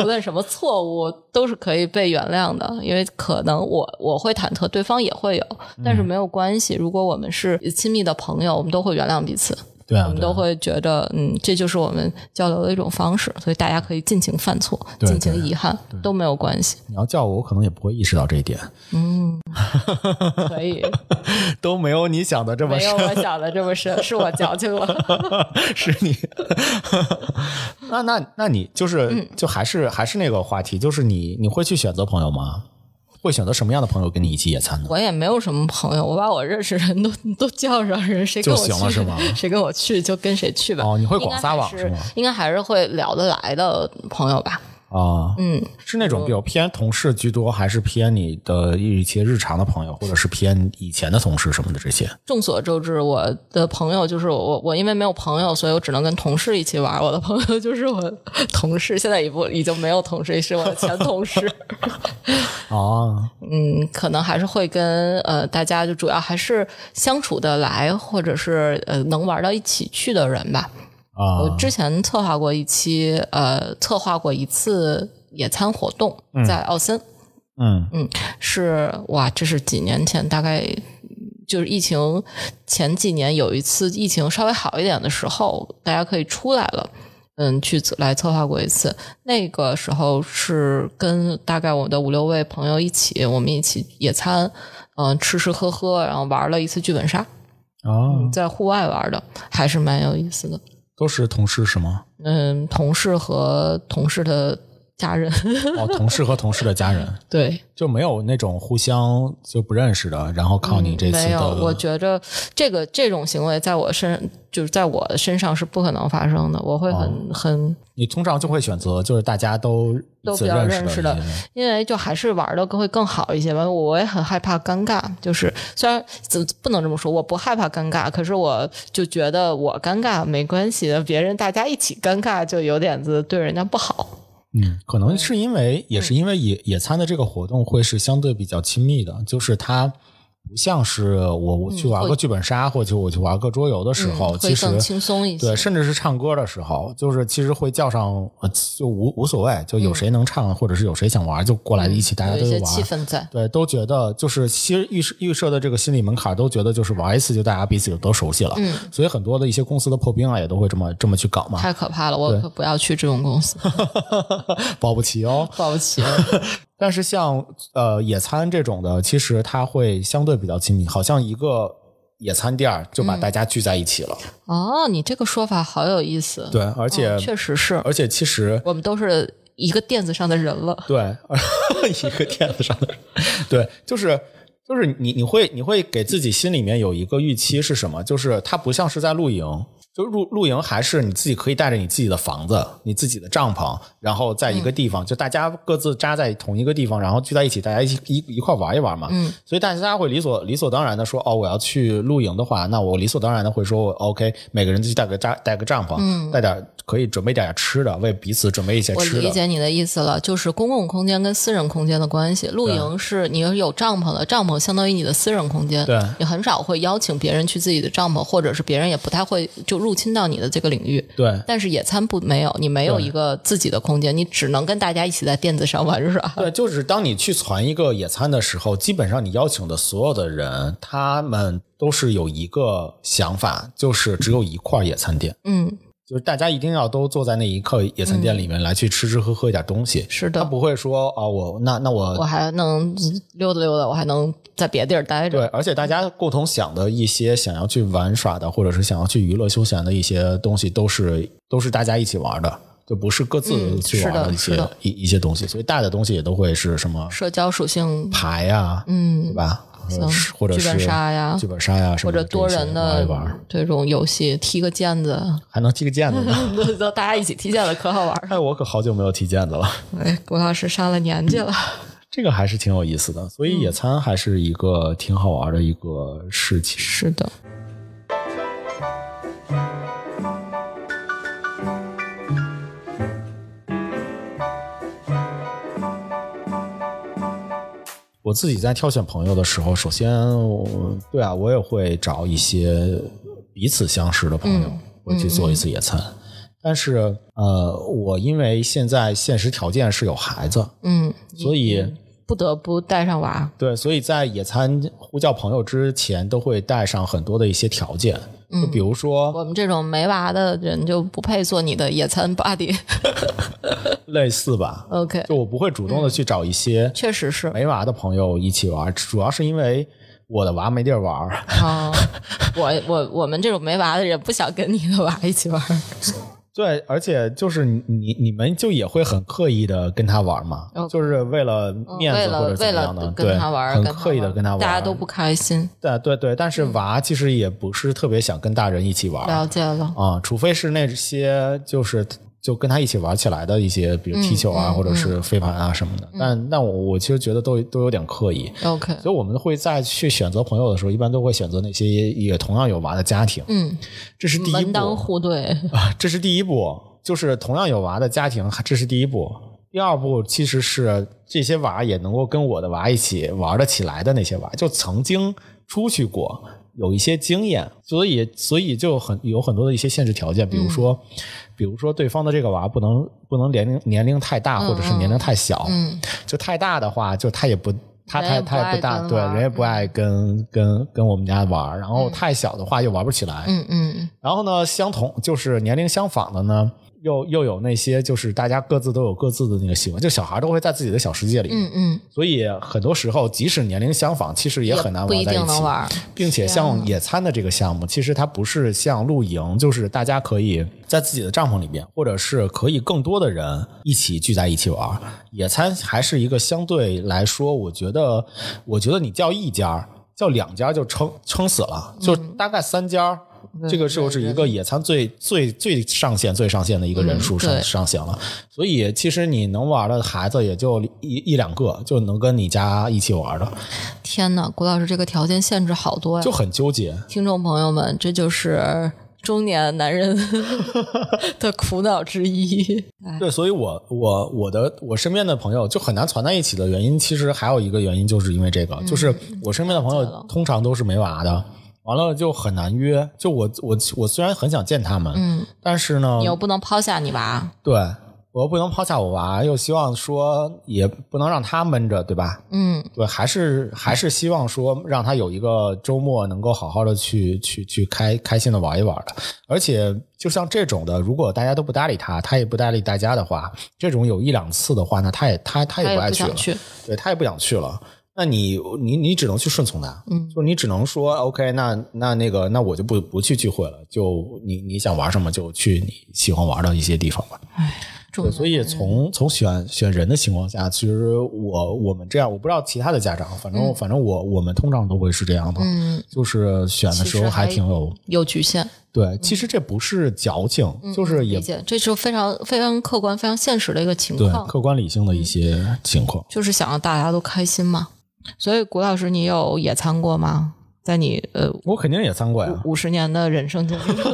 无论什么错误都是可以被原谅的。因为可能我我会忐忑，对方也会有，
嗯
但是没有关系。如果我们是亲密的朋友，我们都会原谅彼此。
对啊，
我们
对啊
都会觉得，嗯，这就是我们交流的一种方式，所以大家可以尽情犯错，
对
尽情遗憾都没有关
[laughs]
系。
你要叫我，我可能也不会意识到这一
[laughs]
点，
嗯，可以，
都没有你想的这么
没
深
有。我想的这么深，是我矫情了。
[laughs] 是你，那那那你就是
嗯
就还是还是那个话题，就是你你会去选择朋友吗？会选择什么样的朋友跟你一起野餐呢？
[laughs] 我也没有什么朋友，我把我认识人都 [laughs] 都叫上人，谁跟我去
就行了是吗
谁跟我去就跟谁去吧。
哦你会广撒网
应该
是
还
吗
应该还是会聊得来的朋友吧。
啊，
嗯，
是那种比较偏同事居多，还是偏你的一些日常的朋友，或者是偏以前的同事什么的这些？
众所周知，我的朋友就是我，我我因为没有朋友，所以我只能跟同事一起玩。我的朋友就是我同事，现在已不已经没有同事，是我的前
[laughs]
同事。
啊，
嗯，可能还是会跟呃大家就主要还是相处得来，或者是呃能玩到一起去的人吧。
啊
我之前策划过一期，呃，策划过一次野餐活动，在奥森。
嗯
嗯，是哇，这是几年前，大概嗯就是疫情前几年有一次疫情稍微好一点的时候，大家可以出来了。嗯，去策来策划过一次，那个时候是跟大概我的五六位朋友一起，我们一起野餐，嗯、吃吃喝喝，然后玩了一次剧本杀，嗯
啊，
在户外玩的，还是蛮有意思的。
都是同事是吗？
嗯，同事和同事的家人， [laughs]
哦，同事和同事的家人
对，
就没有那种互相就不认识的，然后靠你这次
嗯没有，
的，
我觉着这个这种行为在我身，就是在我身上是不可能发生的。我会很、
哦
很，
你通常就会选择就是大家都
都比
自
较
识
认识
的
的
一些人
因为就还是玩的会更好一些吧。我也很害怕尴尬，就是虽然怎不能这么说，我不害怕尴尬，可是我就觉得我尴尬没关系的，别人大家一起尴尬就有点子对人家不好。
嗯，可能是因为，也是因为野野餐的这个活动会是相对比较亲密的，就是它不像是我我去玩
嗯会
个剧本杀，或者我去玩个桌游的时候，
嗯会
其实
更轻松一些
对，甚至是唱歌的时候，就是其实会叫上，呃就无无所谓，就有谁能唱，或者是有谁想玩，就过来一起，大家
嗯有
都
一些
玩。啊
气氛在，
对，都觉得就是其实预设预设的这个心理门槛，都觉得就是玩一次就大家彼此就都熟悉了，
嗯
所以很多的一些公司的破冰啊，也都会这么这么去搞嘛，
太可怕了，我
对
可不要去这种公司，
[laughs]
[laughs]
保不齐哦。
抱歉。
但是像呃野餐这种的，其实它会相对比较亲密，好像一个野餐店儿就把
嗯
大家聚在一起了。
哦，你这个说法好有意思。
对，而且、
哦确实是
而且其实
我们都是一个垫子上的人了。 [laughs]
对一个垫子上的，对，就是。就是你，你会你会给自己心里面有一个预期是什么？就是它不像是在露营，就露露营还是你自己可以带着你自己的房子、你自己的帐篷，然后在
嗯
一个地方，就大家各自扎在同一个地方，然后聚在一起，大家一起一一块玩一玩嘛。
嗯，
所以大家会理所理所当然的说，哦，我要去露营的话，那我理所当然的会说我，OK，每个人自己带个扎带个帐篷，带点可以准备点吃的，为彼此准备一些
嗯我
吃
理
的。
解你的意思了，就是公共空间跟私人空间的关系。露营是你有帐篷的，帐篷相当于你的私人空间，
对
你很少会邀请别人去自己的帐篷，或者是别人也不太会就入侵到你的这个领域。
对，
但是野餐不没有，你没有
对
一个自己的空间，你只能跟大家一起在垫子上玩耍。
对，就是当你去攒一个野餐的时候，基本上你邀请的所有的人，他们都是有一个想法，就是只有一块野餐垫，
嗯，
就是大家一定要都坐在那一刻野餐垫里面来去吃吃喝喝一点东西。
是
他
的，
不会说啊、我那那
我
我
还能溜达溜达，我还能在别地儿待着。
对，而且大家共同想的一些想要去玩耍的，或者是想要去娱乐休闲的一些东西，都是都是大家一起玩的。就不是各自
嗯
去
是
玩
的
一
是
些、
的
一一些东西，所以大的东西也都会是什么
社交属性，
牌呀、
嗯
对，吧？呃
行
是或者是
剧本杀呀
剧本杀呀，什
或
么
者
的
多人
这
的
些玩一玩，
这种游戏，踢个毽子，
还能踢个毽子呢。
[laughs] 都大家一起踢毽子可好玩儿。
哎，我可好久没有踢毽子了，
哎，谷老师上了年纪 [laughs] 了，
这个还是挺有意思的。所以
嗯
野餐还是一个挺好玩的一个事情。
是的，
我自己在挑选朋友的时候，首先我对啊，我也会找一些彼此相识的朋友，
嗯
会去做一次野餐。但是呃，我因为现在现实条件是有孩子，
嗯，
所以、
不得不带上娃，
对，所以在野餐呼叫朋友之前，都会带上很多的一些条件，就比如说
嗯我们这种没娃的人就不配做你的野餐 buddy。 [laughs]
类似吧，
OK，
就我不会主动的去找一些
确实嗯是
没娃的朋友一起玩，主要是因为我的娃没地儿玩儿， [laughs]
啊、我我我们这种没娃的人不想跟你的娃一起玩。
对，而且就是你你你们就也会很刻意的跟他玩嘛，
OK
就是为了 [laughs] 面
哦嗯为
子或
了
者
为
怎么
了
样的，对，
跟他玩，
很
跟
刻意的跟他玩，
大家都嗯不开心。
对对对，但是娃其实也不是特别想跟大人一起玩，
了解了，
啊，除非是那些就是就跟他一起玩起来的一些，比
嗯
如踢球啊，或者是飞盘啊什么的。但但我我其实觉得都都有点刻意，
OK，
所以我们会在去选择朋友的时候，一般都会选择那些也也同样有娃的家庭。
嗯，
这是第一
门
步
当户
[laughs]
对，
啊，这是第一步，就是同样有娃的家庭，这是第一步。第二步其实是这些娃也能够跟我的娃一起玩得起来的那些娃，就曾经出去过，有一些经验，所以所以就很有很多的一些限制条件，比如说，比如说对方的这个娃不能不能年龄年龄太大，或者是年龄太小，
嗯，
就太大的话，就他也不。他
人也
太
不
他也
爱
不大，
跟
对，
玩
人也不爱跟跟跟我们家玩儿然后太小的话又玩不起来，
嗯嗯
然后呢，相同就是年龄相仿的呢，又又有那些就是大家各自都有各自的那个习惯，就小孩都会在自己的小世界里，
嗯嗯，
所以很多时候即使年龄相仿，其实也很难
不
玩
一
在
定
一
能
起。
玩。
并且
啊
像野餐的这个项目，其实它不是像露营，就是大家可以在自己的帐篷里边，或者是可以更多的人一起聚在一起玩。野餐还是一个相对来说，我觉得，我觉得你叫一家儿，叫两家儿就撑撑死了，
嗯
就大概三家儿。这个就是一个野餐最最最上限、最上限的一个人数
嗯
上、
对
上限了，所以其实你能玩的孩子也就一一两个，就能跟你家一起玩的，
天哪，谷老师这个条件限制好多呀
就！很纠结。
听众朋友们，这就是中年男人
[laughs]
的苦恼之一。哎
对，所以我我我的我身边的朋友就很难攒在一起的原因，其实还有一个原因，就是因为这个，就是我身边的朋
嗯了解
友
了
通常都是没娃的，完了就很难约。就我我我虽然很想见他们，
嗯，
但是呢
你，又不能抛下你娃，
对我又不能抛下我娃，又希望说也不能让他闷着，对吧？
嗯，
对，还是还是希望说让他有一个周末能够好好的去去去开开心的玩一玩的。而且就像这种的，如果大家都不搭理他，他也不搭理大家的话，这种有一两次的话，那他也他他
他
也
也
不爱
不
去了，
想去。
对他也不想去了。那你你你只能去顺从他，
嗯
就是你只能说 OK，那那那个那我就不不去聚会了，就你你想玩什么就去你喜欢玩的一些地方吧。
中
对，
年
所以从从选选人的情况下，其实我我们这样，我不知道其他的家长，反正、反正我我们通常都会是这样的，
嗯
就是选的时候还挺有
有局限，
对，其实这不是矫情，就是也
嗯理解，这是非常非常客观、非常现实的一个情
对
况，
客观理性的一些情况。
就是想让大家都开心嘛。所以，谷老师，你有野餐过吗？在你呃
我肯定也参啊过
[laughs]
呀，
五十年的人生经历中，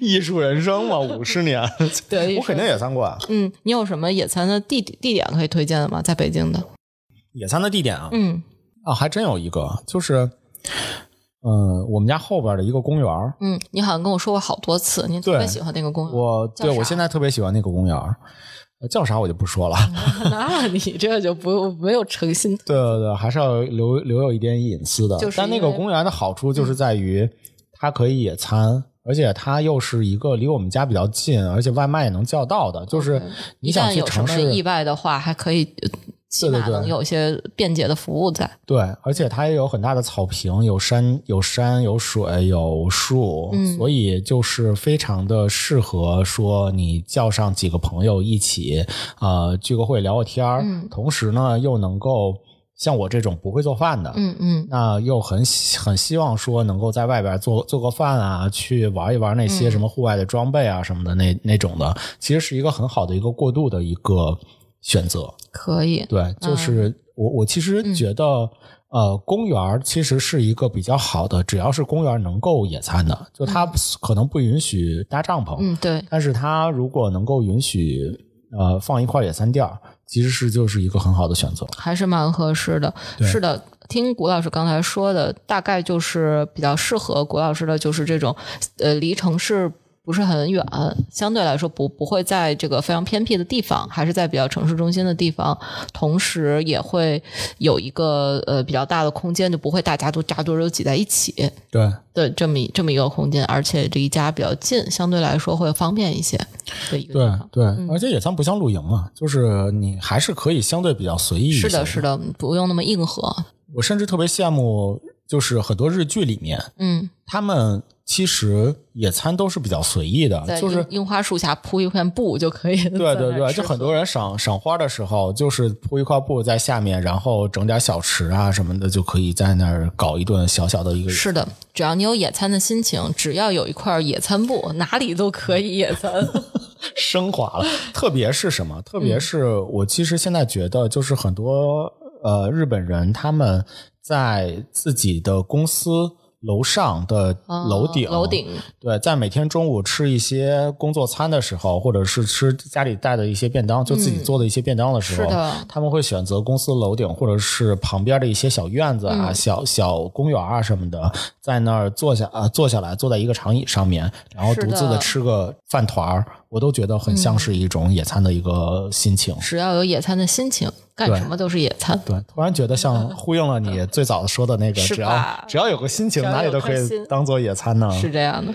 艺术人生嘛，五十 [laughs] 年，
对
我肯定也参过啊。
嗯，你有什么野餐的地地点可以推荐的吗？在北京的，
野餐的地点啊，
嗯
啊，还真有一个，就是，呃，我们家后边的一个公园儿，
嗯，你好像跟我说过好多次，你特别
对
喜欢那个公园。
我
哦叫
对我
啥
现在特别喜欢那个公园儿，呃叫啥我就不说了。
[laughs] 那你这就不没有诚心。
对对对，还是要留留有一点隐私的。
就是
但那个
因为嗯
公园的好处就是在于，它可以野餐，而且它又是一个离我们家比较近，而且外卖也能叫到的。就是你
一
想
旦
去
有什
城
么
市，
意外的话，还可以呃起
对对
码
对
能有一些便捷的服务在。
对，而且它也有很大的草坪，有山，有山，有水，有树，
嗯
所以就是非常的适合说你叫上几个朋友一起，呃，聚个会聊个天儿，
嗯
同时呢又能够像我这种不会做饭的，
嗯嗯
那又很希很希望说能够在外边做做个饭啊，去玩一玩那些什么户外的装备啊什么的那、那种的，其实是一个很好的一个过渡的一个选择。
可以。
对，就是我我其实觉得，呃，公园儿其实是一个比较好的，只要是公园儿能够野餐的，就它可能不允许搭帐篷，
嗯，对，
但是它如果能够允许呃放一块野餐垫儿，其实是就是一个很好的选择。
还是蛮合适的。
对
是的，听谷老师刚才说的，大概就是比较适合谷老师的，就是这种呃离城市不是很远，相对来说不不会在这个非常偏僻的地方，还是在比较城市中心的地方，同时也会有一个呃比较大的空间，就不会大家都扎堆儿都挤在一起
对，
的这么一这么一个空间，而且离家比较近，相对来说会方便一些的一个地
对
方。嗯
对，而且野餐不像露营嘛，就是你还是可以相对比较随意一些。
是的，是的，不用那么硬核。
我甚至特别羡慕，就是很多日剧里面，
嗯，
他们其实野餐都是比较随意的，
在
啊就是
樱樱花树下铺一片布就可以。
对对对，就很多人赏赏花的时候，就是铺一块布在下面，然后整点小吃啊什么的，就可以在那儿搞一顿小小的一个。
是的，只要你有野餐的心情，只要有一块野餐
[laughs]
布，哪里都可以野 [laughs] 餐。
升华了。 [laughs] 特别是什么？特别是我其实现在觉得，就是很多呃日本人他们在自己的公司楼上的
啊
楼顶，
楼顶，
对，在每天中午吃一些工作餐的时候，或者是吃家里带的一些便当，就自己做的一些便当的时候，
嗯是的
他们会选择公司楼顶或者是旁边的一些小院子
嗯
啊、小小公园啊什么的，在那儿坐下啊，坐下来，坐在一个长椅上面，然后
是
独
的嗯
自的吃个饭团儿，我都觉得很像是一种野餐的一个心情。
只要有野餐的心情，干
对
什么都是野餐。
对，突然觉得像呼应了你最早说的那个，
嗯是
只
吧
要只要有个心情，
只要有
哪里都可
颗
以
心
当做野餐呢。
是这样的，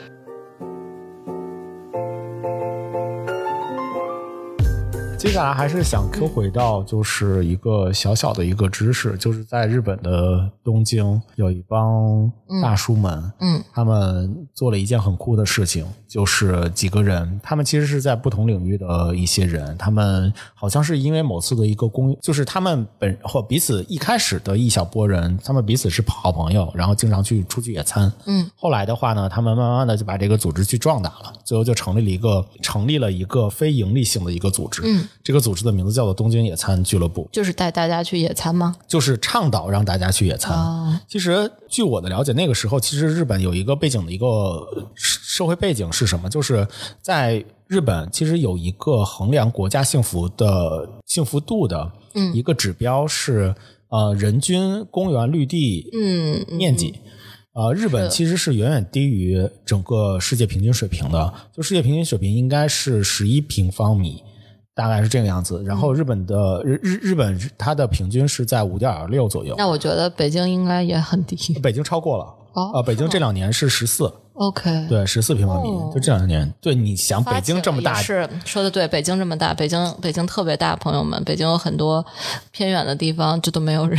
接下来还是想 Q 回到就是一个小小的一个知识，就是在日本的东京有一帮大叔们，
嗯，
他们做了一件很酷的事情，就是几个人，他们其实是在不同领域的一些人，他们好像是因为某次的一个公，就是他们本或彼此一开始的一小波人，他们彼此是好朋友，然后经常去出去野餐，
嗯，
后来的话呢，他们慢慢的就把这个组织去壮大了，最后就成立了一个成立了一个非盈利性的一个组织，
嗯，
这个组织的名字叫做东京野餐俱乐部，
就是带大家去野餐吗？
就是倡导让大家去野餐。
啊，
其实，据我的了解，那个时候其实日本有一个背景的一个呃社会背景是什么？就是在日本，其实有一个衡量国家幸福的幸福度的
嗯
一个指标是、呃人均公园绿地
嗯，嗯
面积。呃，日本其实是远远低于整个世界平均水平的，就世界平均水平应该是十一平方米，大概是这个样子。然
嗯
后日本的日日日本它的平均是在五点六左右，
那我觉得北京应该也
[laughs]
很低。
北京超过了。
哦
呃，北京
是吗
这两年是十四，
OK，，
对，十四平方米，
哦
就这两年。对，你想北京这么大，
是说的对，北京这么大，北京北京特别大，朋友们，北京有很多偏远的地方，这都没有人。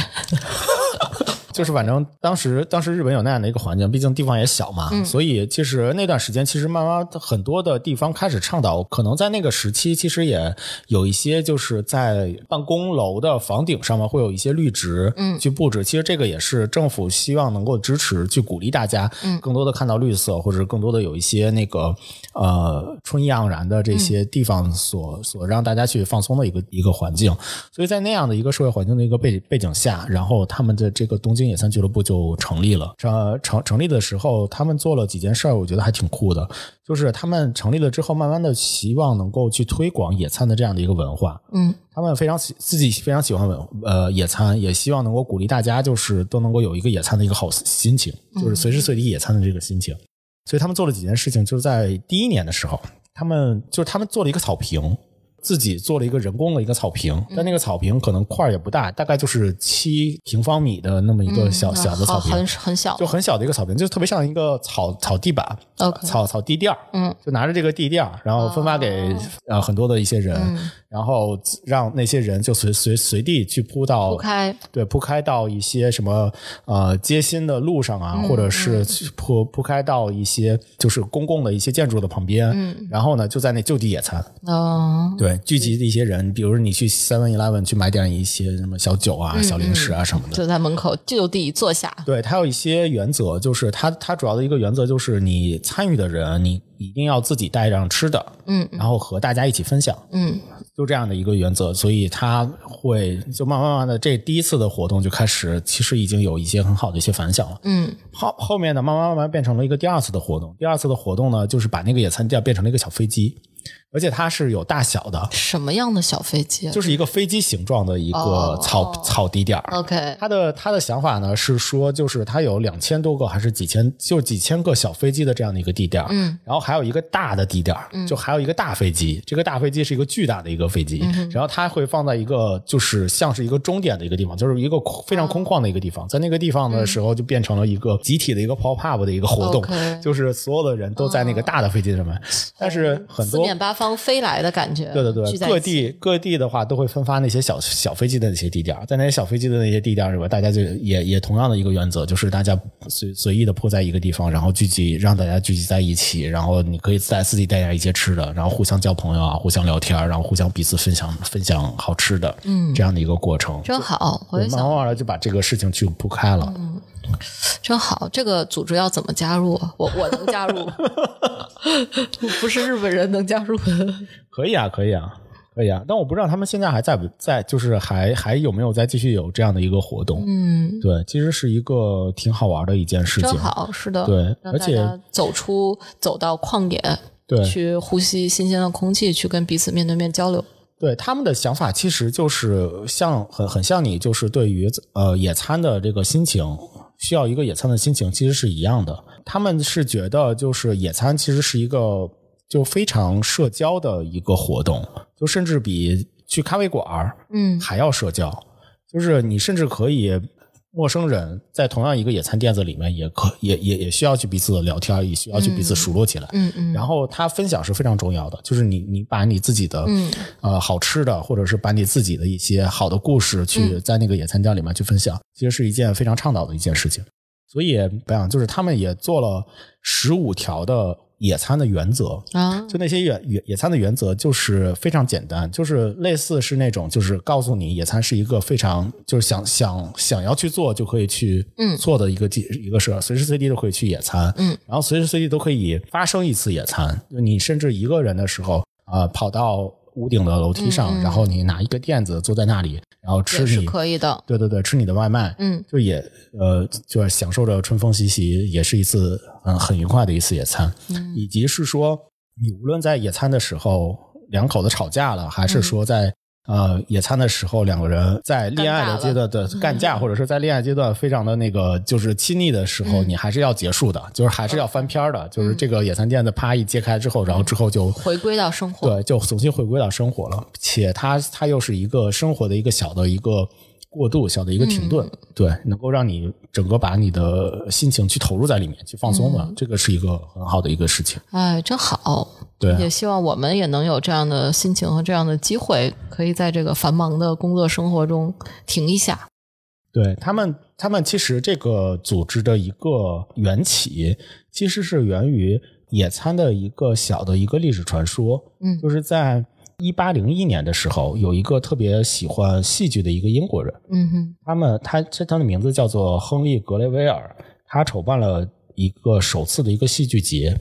就是反正当时当时日本有那样的一个环境，毕竟地方也小嘛，所以其实那段时间，其实慢慢很多的地方开始倡导，可能在那个时期，其实也有一些就是在办公楼的房顶上面会有一些绿植，嗯，去布置。其实这个也是政府希望能够支持，去鼓励大家，更多的看到绿色，或者更多的有一些那个呃春意盎然的这些地方所、所让大家去放松的一个一个环境。所以在那样的一个社会环境的一个背背景下，然后他们的这个东京野餐俱乐部就成立了。呃，成成立的时候，他们做了几件事儿，我觉得还挺酷的。就是他们成立了之后，慢慢的希望能够去推广野餐的这样的一个文化。
嗯，
他们非常喜自己非常喜欢文呃野餐，也希望能够鼓励大家，就是都能够有一个野餐的一个好心情，
嗯
就是随时随地野餐的这个心情。所以他们做了几件事情，就是在第一年的时候，他们就是他们做了一个草坪，自己做了一个人工的一个草坪，
嗯
但那个草坪可能块儿也不大，大概就是七平方米的那么一个小、
嗯
小的草
好
坪
很，很小，
就很小的一个草坪，就特别像一个草草地板
OK
草草地垫儿，
嗯，
就拿着这个地垫儿，然后分发
哦
给、呃很多的一些人，
嗯
然后让那些人就随随随地去铺到
铺开，
对，铺开到一些什么呃街心的路上
嗯
啊，或者是去铺铺开到一些就是公共的一些建筑的旁边，然后呢就在那就地野餐，
嗯，
对，聚集的一些人，比如你去 Seven Eleven 去买点一些什么小酒啊、
嗯
小零食啊什么的。
就在门口就地坐下。
对，它有一些原则，就是它它主要的一个原则就是你参与的人，你一定要自己带上吃的，
嗯
然后和大家一起分享。
嗯，
就这样的一个原则，所以他会就慢慢慢慢的，这第一次的活动就开始，其实已经有一些很好的一些反响了。
嗯，
后后面呢，慢慢慢慢变成了一个第二次的活动。第二次的活动呢，就是把那个野餐垫变成了一个小飞机，而且它是有大小的，
什么样的小飞机啊？
就是一个飞机形状的一个
哦
草、草地点儿。
OK，
他的他的想法呢是说，就是它有两千多个还是几千，就几千个小飞机的这样的一个地点儿，
嗯
然后还有一个大的地点儿，就还有一个大飞机，这个大飞机是一个巨大的一个飞机，
嗯
然后它会放在一个就是像是一个终点的一个地方，就是一个空非常空旷的一个地
嗯
方，在那个地方的时候就变成了一个集体的一个 pop up 的一个活动，
OK 啊
就是所有的人都在那个大的飞机上面，但是很
四
多
面八方飞来的感觉，
对对对，
聚在
各
一起
地各地的话都会分发那些小小飞机的那些地点儿，在那些小飞机的那些地点儿里边，大家就也也同样的一个原则，就是大家随随意的铺在一个地方，然后聚集让大家聚集在一起，然后你可以在自己带点一些吃的，然后互相交朋友啊，互相聊天儿，然后互相彼此分享分享好吃的，嗯，这样的一个过程。
真好，我
对
也
慢
想嗯
慢的就把这个事情去铺开了，
真好。这个组织要怎么加入啊？我我能加入吗， [laughs] 不是日本人能加入的。
可以啊，可以啊，可以啊。但我不知道他们现在还在不在，就是还还有没有再继续有这样的一个活动。 [laughs]
嗯，
对，其实是一个挺好玩的一件事情
真。好，是的，
对
让
而
大
且
家走出走到旷野，
对
去呼吸新鲜的空气，去跟彼此面对面交流。
对，他们的想法其实就是像很很像你，就是对于呃野餐的这个心情，需要一个野餐的心情，其实是一样的。他们是觉得就是野餐其实是一个就非常社交的一个活动，就甚至比去咖啡馆儿
嗯
还要社交，就是你甚至可以。陌生人在同样一个野餐垫子里面也，可也也也需要去彼此的聊天，也需要去彼此熟络起来。
嗯嗯，
然后他分享是非常重要的，就是你你把你自己的、
嗯
呃好吃的，或者是把你自己的一些好的故事去
嗯
在那个野餐家里面去分享，其实是一件非常倡导的一件事情。所以，白想就是他们也做了十五条的野餐的原则，
啊，
就那些野野野餐的原则就是非常简单，就是类似是那种就是告诉你野餐是一个非常就是想想想要去做就可以去
嗯
做的一个地、一个事儿，随时随地都可以去野餐，
嗯，
然后随时随地都可以发生一次野餐，就你甚至一个人的时候啊、呃跑到屋顶的楼梯上，
嗯嗯
然后你拿一个垫子坐在那里，然后吃
也是
你
可以的。
对对对吃你的外卖，
嗯
就也呃，就是享受着春风习习，也是一次嗯很愉快的一次野餐，
嗯
以及是说你无论在野餐的时候两口子吵架了，还
嗯
是说在、呃野餐的时候两个人在恋爱的阶段的
嗯
干架，或者是在恋爱阶段非常的那个就是亲昵的时候，
嗯
你还是要结束的，就是还是要翻篇儿的，就是这个野餐垫子啪一揭开之后，然后之后就
回归到生活，
对，就重新回归到生活了。且它它又是一个生活的一个小的一个过渡，小的一个停顿，
嗯
对，能够让你整个把你的心情去投入在里面，去放松
嗯
了，这个是一个很好的一个事情。
哎，真好。
对啊，
也希望我们也能有这样的心情和这样的机会，可以在这个繁忙的工作生活中停一下。
对他们，他们其实这个组织的一个缘起，其实是源于野餐的一个小的一个历史传说。
嗯
就是在一八零一年的时候，有一个特别喜欢戏剧的一个英国人，
嗯哼，
他们他这他的名字叫做亨利·格雷威尔，他筹办了一个首次的一个戏剧节，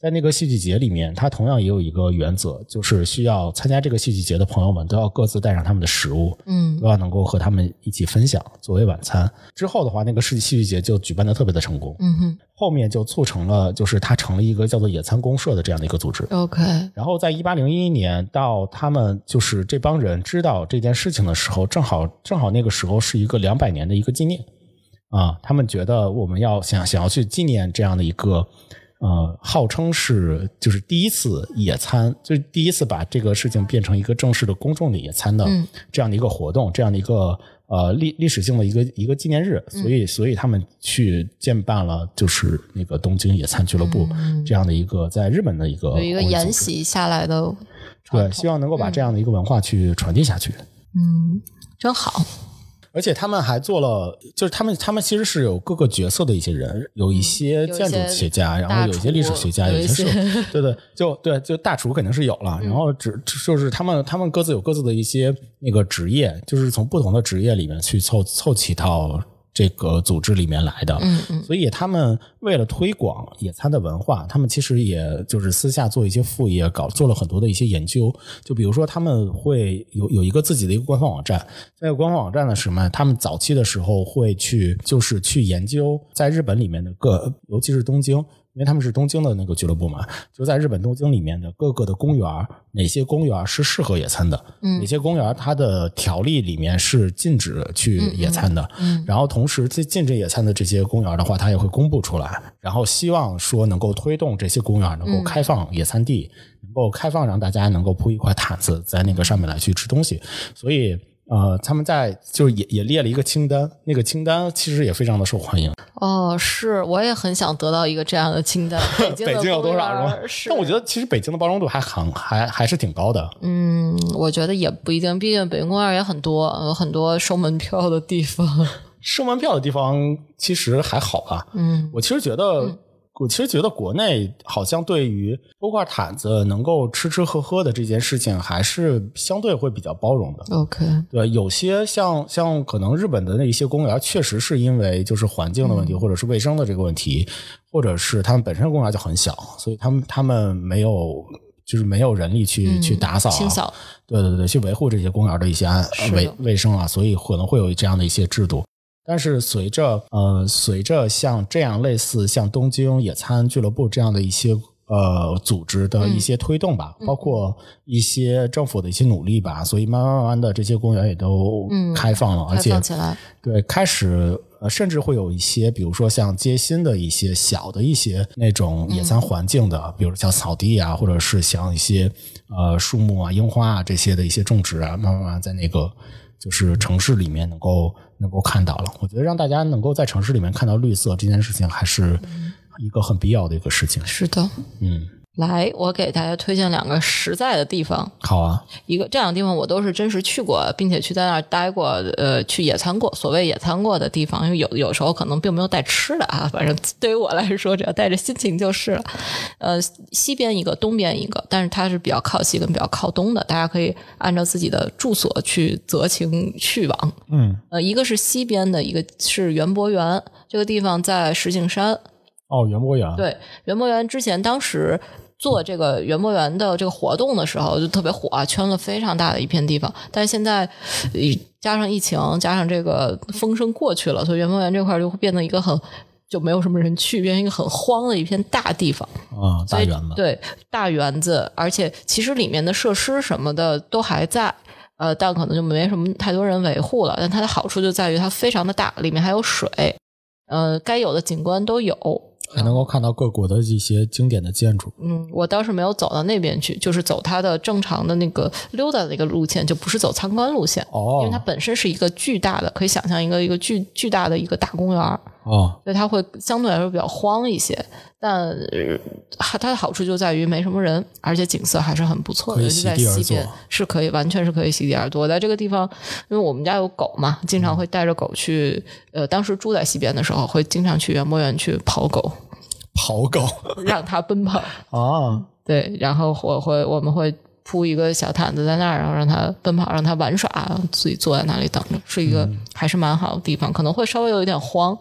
在那个戏剧节里面，他同样也有一个原则，就是需要参加这个戏剧节的朋友们都要各自带上他们的食物，
嗯
都要能够和他们一起分享作为晚餐。之后的话，那个戏戏剧节就举办的特别的成功，
嗯哼
后面就促成了就是它成了一个叫做野餐公社的这样的一个组织。
，OK，
然后在一八零一年到他们就是这帮人知道这件事情的时候，正好正好那个时候是一个两百年的一个纪念啊，他们觉得我们要想想要去纪念这样的一个呃，号称是就是第一次野餐，就是第一次把这个事情变成一个正式的公众的野餐的
嗯
这样的一个活动，这样的一个呃历历史性的一个一个纪念日，
嗯
所以所以他们去建办了就是那个东京野餐俱乐部这样的一个在日本的一个
嗯有一个
公益组织
沿袭下来的，
对，希望能够把这样的一个文化去传递下去。
嗯，真好。
而且他们还做了，就是他们他们其实是有各个角色的一些人，嗯有一些建筑学家，然后有一些历史学家，
有
有
一
一
些
些嗯是， [laughs] 对对，就对就大厨肯定是有了，然后只就是他们他们各自有各自的一些那个职业，就是从不同的职业里面去凑凑齐到这个组织里面来的，
嗯嗯
所以他们为了推广野餐的文化，他们其实也就是私下做一些副业，搞做了很多的一些研究。就比如说，他们会有有一个自己的一个官方网站，在这个官方网站的什么，他们早期的时候会去就是去研究在日本里面的各，尤其是东京。因为他们是东京的那个俱乐部嘛，就在日本东京里面的各个的公园儿，哪些公园儿是适合野餐的，
嗯
哪些公园儿它的条例里面是禁止去野餐的，
嗯
然后同时这禁止野餐的这些公园的话，它也会公布出来，然后希望说能够推动这些公园能够开放野餐地，能够开放让大家能够铺一块毯子在那个上面来去吃东西，所以。呃，他们在就是也也列了一个清单，那个清单其实也非常的受欢迎。
哦，是，我也很想得到一个这样的
[laughs]
清单。北京
北
的
京有多少
公
人
园
吗
儿？是，
但我觉得其实北京的包容度还很还还是挺高的。
嗯，我觉得也不一定，毕竟北京公园也很多，有很多收门票的地方。
收门票的地方其实还好吧。
嗯
我其实觉得，我其实觉得国内好像对于铺块毯子能够吃吃喝喝的这件事情，还是相对会比较包容的。
，OK，
对，有些像像可能日本的那一些公园，确实是因为就是环境的问
嗯
题，或者是卫生的这个问题，或者是他们本身公园就很小，所以他们他们没有就是没有人力去、
嗯
去打扫、啊、
清扫。
对对对，去维护这些公园的一些安
是的
卫卫生啊，所以可能会有这样的一些制度。但是随着呃，随着像这样类似像东京野餐俱乐部这样的一些呃组织的一
嗯
些推动吧，包括一些政府的一些努力吧，所以慢慢慢慢的这些公园也都
嗯
开放了，而
开
且
放起来，
对，开始呃，甚至会有一些，比如说像街心的一些小的一些那种野
嗯
餐环境的，比如像草地啊，或者是像一些呃树木啊、樱花啊这些的一些种植啊，慢慢慢在那个就是城市里面能够能够看到了。我觉得让大家能够在城市里面看到绿色这件事情，还是
嗯
一个很必要的一个事情。
是的。
嗯，
来，我给大家推荐两个实在的地方，
好啊，
一个这两个地方我都是真实去过，并且去在那儿待过，呃，去野餐过，所谓野餐过的地方，因为有有时候可能并没有带吃的啊，反正对于我来说，只要带着心情就是了。呃，西边一个，东边一个，但是它是比较靠西跟比较靠东的，大家可以按照自己的住所去择情去往。
嗯，
呃，一个是西边的，一个是园博园，这个地方在石景山，
哦，园博园，，
对，园博园之前当时做这个园博园的这个活动的时候就特别火、啊，圈了非常大的一片地方。但是现在呃加上疫情，加上这个风声过去了，所以园博园这块儿就会变得一个很。就没有什么人去，变成一个很荒的一片大地方，
啊、
所
大
以
园子，
对大园子，而且其实里面的设施什么的都还在，呃，但可能就没什么太多人维护了。但它的好处就在于它非常的大，里面还有水，呃，该有的景观都有，
还能够看到各国的一些经典的建筑。
嗯，我倒是没有走到那边去，就是走它的正常的那个溜达的那个路线，就不是走参观路线，
哦，
因为它本身是一个巨大的，可以想象一个一个巨巨大的一个大公园儿，
哦，
所以它会相对来说比较荒一些。但呃它它的好处就在于没什么人，而且景色还是很不错
可
的，
以
尤其在
席地而
西边
坐
是可以完全是可以席地而坐。在这个地方，因为我们家有狗嘛，经常会带着狗去，呃，当时住在西边的时候，会经常去园博园去跑狗，
跑狗
让它奔跑。
啊，
对，然后我会我们会铺一个小毯子在那儿，然后让它奔跑，让它玩耍，自己坐在那里等着，是一个
嗯
还是蛮好的地方，可能会稍微有一点荒，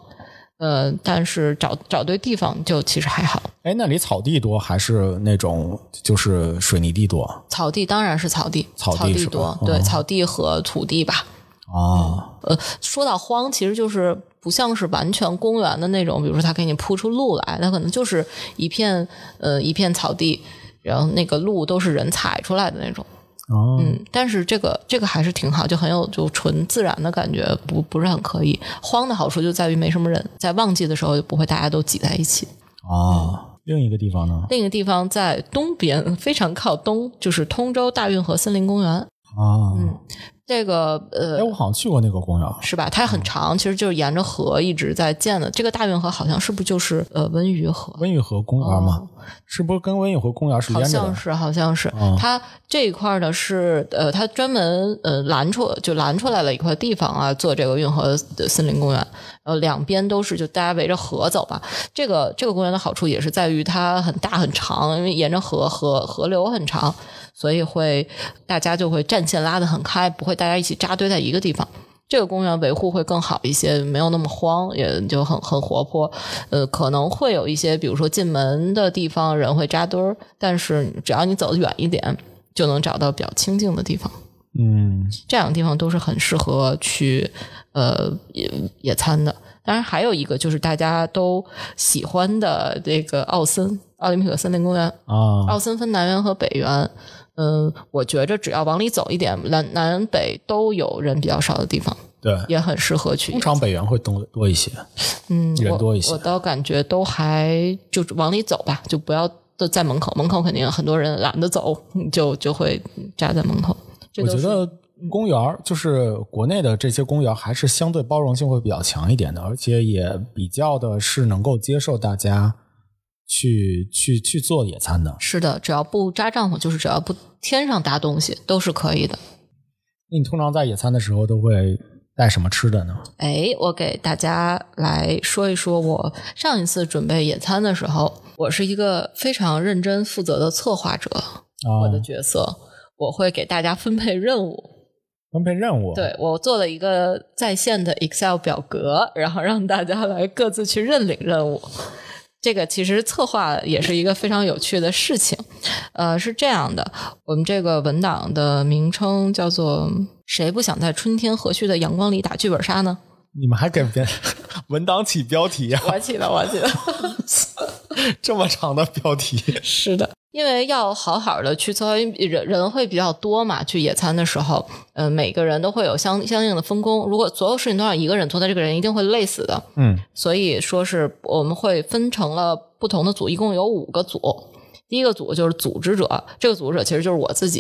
呃，但是找找对地方就其实还好。
哎，那里草地多还是那种就是水泥地多
草地当然是草地，
草
草
地是吧
多，
嗯
对，草地和土地吧。
啊？
呃，说到荒，其实就是不像是完全公园的那种，比如说它给你铺出路来，它可能就是一片呃一片草地，然后那个路都是人踩出来的那种。
哦、
嗯，但是这个这个还是挺好，就很有就纯自然的感觉，不不是很可以。荒的好处就在于没什么人，在旺季的时候就不会大家都挤在一起。
啊，另一个地方呢？
另一个地方在东边，非常靠东，就是通州大运河森林公园。
啊，
嗯这个
哎、
呃，
我好像去过那个公园。
是吧？它很长，其实就是沿着河一直在建的。这个大运河好像是不是就是呃温榆河？
温榆河公园嘛，是不是跟温榆河公园是
哦好
连着
像
的？
是，好像是
嗯，
它这一块儿呢是呃，它专门呃拦出就拦出来了一块地方啊，做这个运河的森林公园，呃，两边都是就大家围着河走吧。这个这个公园的好处也是在于它很大很长，因为沿着河河河流很长，所以会大家就会战线拉得很开，不会大家一起扎堆在一个地方。这个公园维护会更好一些，没有那么荒，也就很很活泼。呃，可能会有一些，比如说进门的地方人会扎堆儿，但是只要你走得远一点，就能找到比较清静的地方。
嗯，
这两个地方都是很适合去呃野野餐的。当然，还有一个就是大家都喜欢的这个奥森奥林匹克森林公园，
啊
奥森分南园和北园。嗯，我觉着只要往里走一点，南南北都有人比较少的地方，
对，
也很适合去
通。常北园会多多一些，
嗯，
人
我
多一些
我倒感觉都还就是往里走吧，就不要都在门口，门口肯定很多人懒得走，你就就会扎在门口。这
我
都
觉
是嗯
得公园儿就是国内的这些公园儿还是相对包容性会比较强一点的，而且也比较的是能够接受大家去去去做野餐的。
是的，只要不扎帐篷，就是只要不天上搭东西都是可以的。
那你通常在野餐的时候都会带什么吃的呢？
哎，我给大家来说一说，我上一次准备野餐的时候，我是一个非常认真负责的策划者，
啊
我，的角色，我会给大家分配任务。
分配任务。，啊
对我做了一个在线的 Excel 表格，然后让大家来各自去认领任务。这个其实策划也是一个非常有趣的事情，呃，是这样的，我们这个文档的名称叫做“谁不想在春天和煦的阳光里打剧本杀呢
你们还给别人 [laughs] 文档起标
[laughs]
题”？啊，
我起的，我起的。
这么长的标题。
[laughs] 是的，因为要好好的去策划，因为人人会比较多嘛。去野餐的时候，嗯、每个人都会有相相应的分工。如果所有事情都让一个人做，那这个人一定会累死的。
嗯，
所以说是我们会分成了不同的组，一共有五个组。第一个组就是组织者，这个组织者其实就是我自己，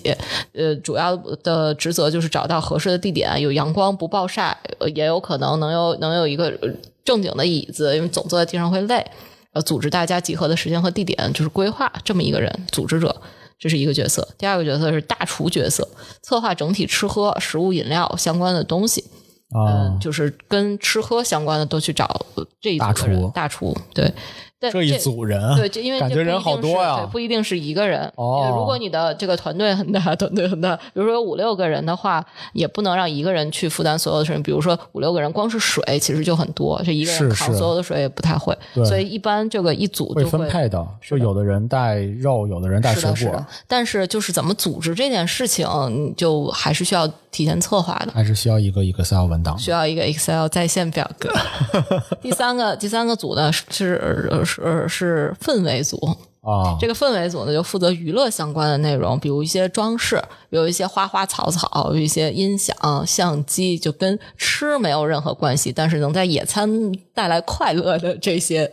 呃，主要的职责就是找到合适的地点，有阳光不暴晒，呃也有可能能有能有一个呃正经的椅子，因为总坐在地上会累。呃，组织大家集合的时间和地点，就是规划这么一个人，组织者，这是一个角色。第二个角色是大厨角色，策划整体吃喝、食物、饮料相关的东西。
啊
嗯，，就是跟吃喝相关的都去找呃这一组
大
的人
厨
大厨对，但
这一组人，
[laughs]
啊
对，就因为
感
这
觉
不一
人好
定是
多呀
对不一定是一个人。
哦
如果你的这个团队很大，团队很大， [laughs] 比如说有五六个人的话，也不能让一个人去负担所有的事情。比如说五六个人，光是水其实就很多，这一个人
是
扛
是
所有的水也不太会，
对
所以一般这个一组
会
就
分配的，就有的人带肉，有的人带
是的，
水
是
果
的，。但是就是怎么组织这件事情，你就还是需要提前策划的。
还是需要一个 Excel 文档的。
需要一个 Excel 在线表格。第三个第三个组呢是是是是氛围组，
啊，
这个氛围组呢就负责娱乐相关的内容，比如一些装饰，有一些花花草草，有一些音响、相机，就跟吃没有任何关系，但是能在野餐带来快乐的这些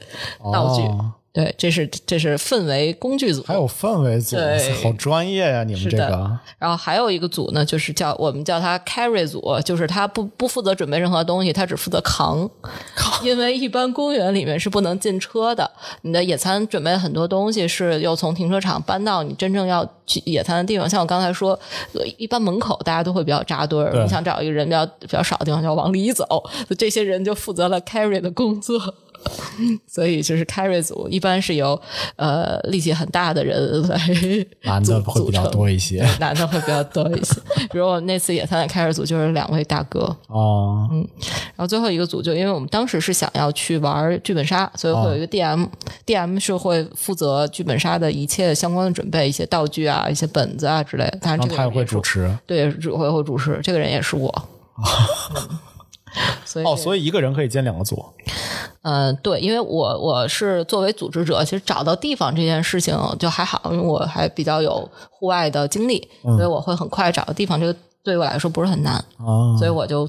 道具。
哦
对，这是这是氛围工具组，
还有氛围组，
对
哇塞 [laughs] 好专业呀、你们
是
这
的
个
然后还有一个组呢，就是叫我们叫它 carry 组，就是他不不负责准备任何东西，他只负责扛。因为一般公园里面是不能进车的，你的野餐准备很多东西是要从停车场搬到你真正要去野餐的地方。像我刚才说，呃一般门口大家都会比较扎堆儿，
对
你想找一个人比较比较少的地方，就要往里走。这些人就负责了 carry 的工作。所以就是 carry 组一般是由呃力气很大的人来
男
组
的会比较
组成
多一些
[laughs] 男的会比较多一些。比如我那次野餐的开始组就是两位大哥，
啊。
嗯然后最后一个组就因为我们当时是想要去玩剧本杀，所以会有
哦
一个 DM，DM、是会负责剧本杀的一切相关的准备，一些道具啊、一些本子啊之类的。当然
然
这
后
个
他也
人
会
是
主，持
对，指挥和主持，这个人也是我。
[laughs]
嗯所以
哦，所以一个人可以兼两个组
嗯，对，因为我我是作为组织者，其实找到地方这件事情就还好，因为我还比较有户外的经历，所以我会很快找到地方。这个对我来说不是很难，
啊。
所以我就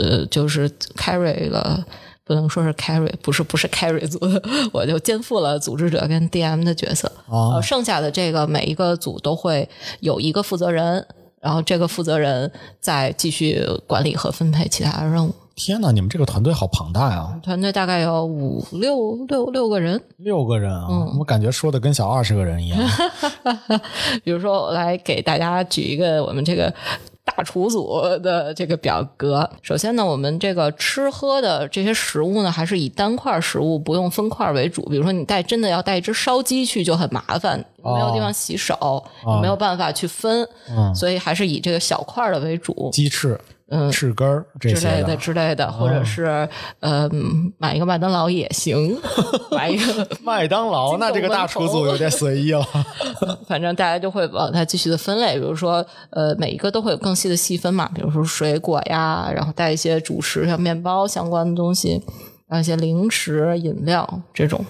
呃就是 carry 了，不能说是 carry，不是不是 carry 组 [laughs] 的，我就肩负了组织者跟 DM 的角色。
哦
呃，剩下的这个每一个组都会有一个负责人，然后这个负责人再继续管理和分配其他的任务。
天哪，你们这个团队好庞大啊，
团队大概有五六六六个人。
六个人啊，
嗯
我感觉说的跟小二十个人一
[laughs]
样
比如说，我来给大家举一个我们这个大厨组的这个表格。首先呢，我们这个吃喝的这些食物呢，还是以单块食物不用分块为主。比如说，你带真的要带一只烧鸡去就很麻烦，
哦嗯
没有地方洗手，也没有办法去分，所以还是以这个小块儿的为主。
鸡翅
嗯
翅根儿这
之类
些哦
的之类的，或者是呃嗯买一个麦当劳也
[laughs]
行，买一个，
麦当劳，那这个大
金
厨
狗
组有
[laughs]
点随意了。
反正大家就会往它继续的分类，比如说呃每一个都会有更细的细分嘛，比如说水果呀，然后带一些主食像面包相关的东西，还有一些零食、饮料这种。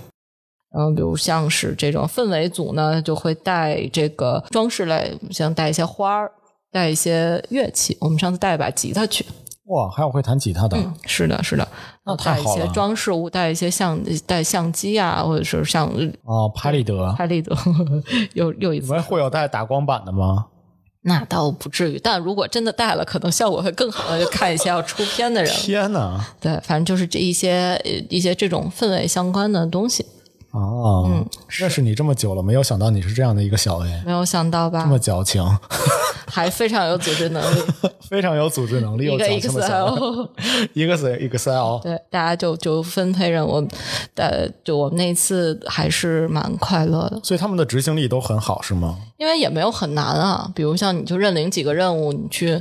然后，比如像是这种氛围组呢，就会带这个装饰类，像带一些花儿，带一些乐器。我们上次带一把吉他去，
哇，还有会弹吉他的，
嗯，是的，是的，
那
带
太
一
好
些
了
装饰物，带一些相带相机啊，或者是像
哦，拍立得，
拍 [laughs] 立得，又又一
你
次，
们会有带打光板的吗？
那倒不至于。但如果真的带了，可能效果会更好，那就看一下要出片的人。
天
[laughs]
哪！
对，反正就是这一些呃一些这种氛围相关的东西，
哦，
嗯
认识你这么久了，没有想到你是这样的一个小 A，
没有想到
这
吧？
么矫情，
还非常有组织能力，
非常有组织能力，
一
[laughs] 又
个
矫情的小 A，
Excel。
[laughs] 一个 Excel，
对，大家就就分配任务，呃，就我们那一次还是蛮快乐的。
所以他们的执行力都很好，是吗？
因为也没有很难啊，比如像你就认领几个任务，你去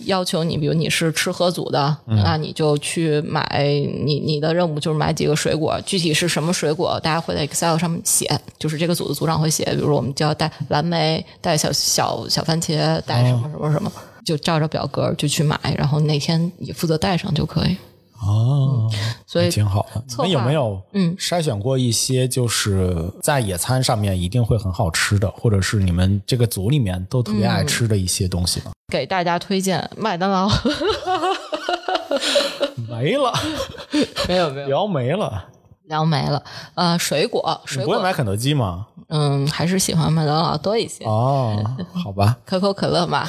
要求你，比如你是吃喝组的，
嗯
那你就去买你你的任务就是买几个水果，具体是什么水果，大家会在 Excel 上面写，就是这个组的组长会写，比如说我们就要带蓝莓，带小小小番茄，带
哦
什么什么什么，就照着表格就去买，然后哪天你负责带上就可以。
哦，
嗯所以
挺好的。你
策划
们有没有
嗯
筛选过一些就是在野餐上面一定会很好吃的，或者是你们这个组里面都特别爱吃的一些东西吗？
给大家推荐麦当劳， [laughs]
没了，
没有没有
聊没了。
聊没了。呃，水果
你
水
不会
果，
买肯德基吗？
嗯，还是喜欢麦当劳多一些。
哦，好吧，
可口可
[laughs]
乐嘛，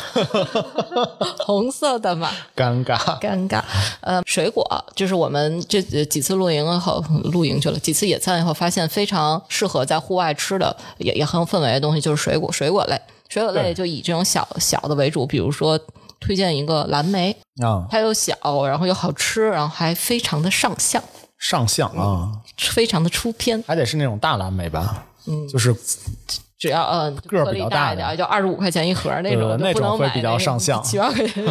红色的嘛，
尴尬。
尴尬。呃，水果就是我们这几次露营后，露营去了几次野餐以后，发现非常适合在户外吃的，也也很有氛围的东西，就是水果，水果类，水果类
对
就以这种小小的为主，比如说。推荐一个蓝莓，
啊，
它又小，然后又好吃，然后还非常的上相，
上相啊，
非常的出片。
还得是那种大蓝莓吧？嗯，就是
只要呃
个儿
颗
比
粒
较
大
大
一
的
点，就二十五块钱一盒那
对
种，就不
那种
能
会
买
比较上相
七八块钱。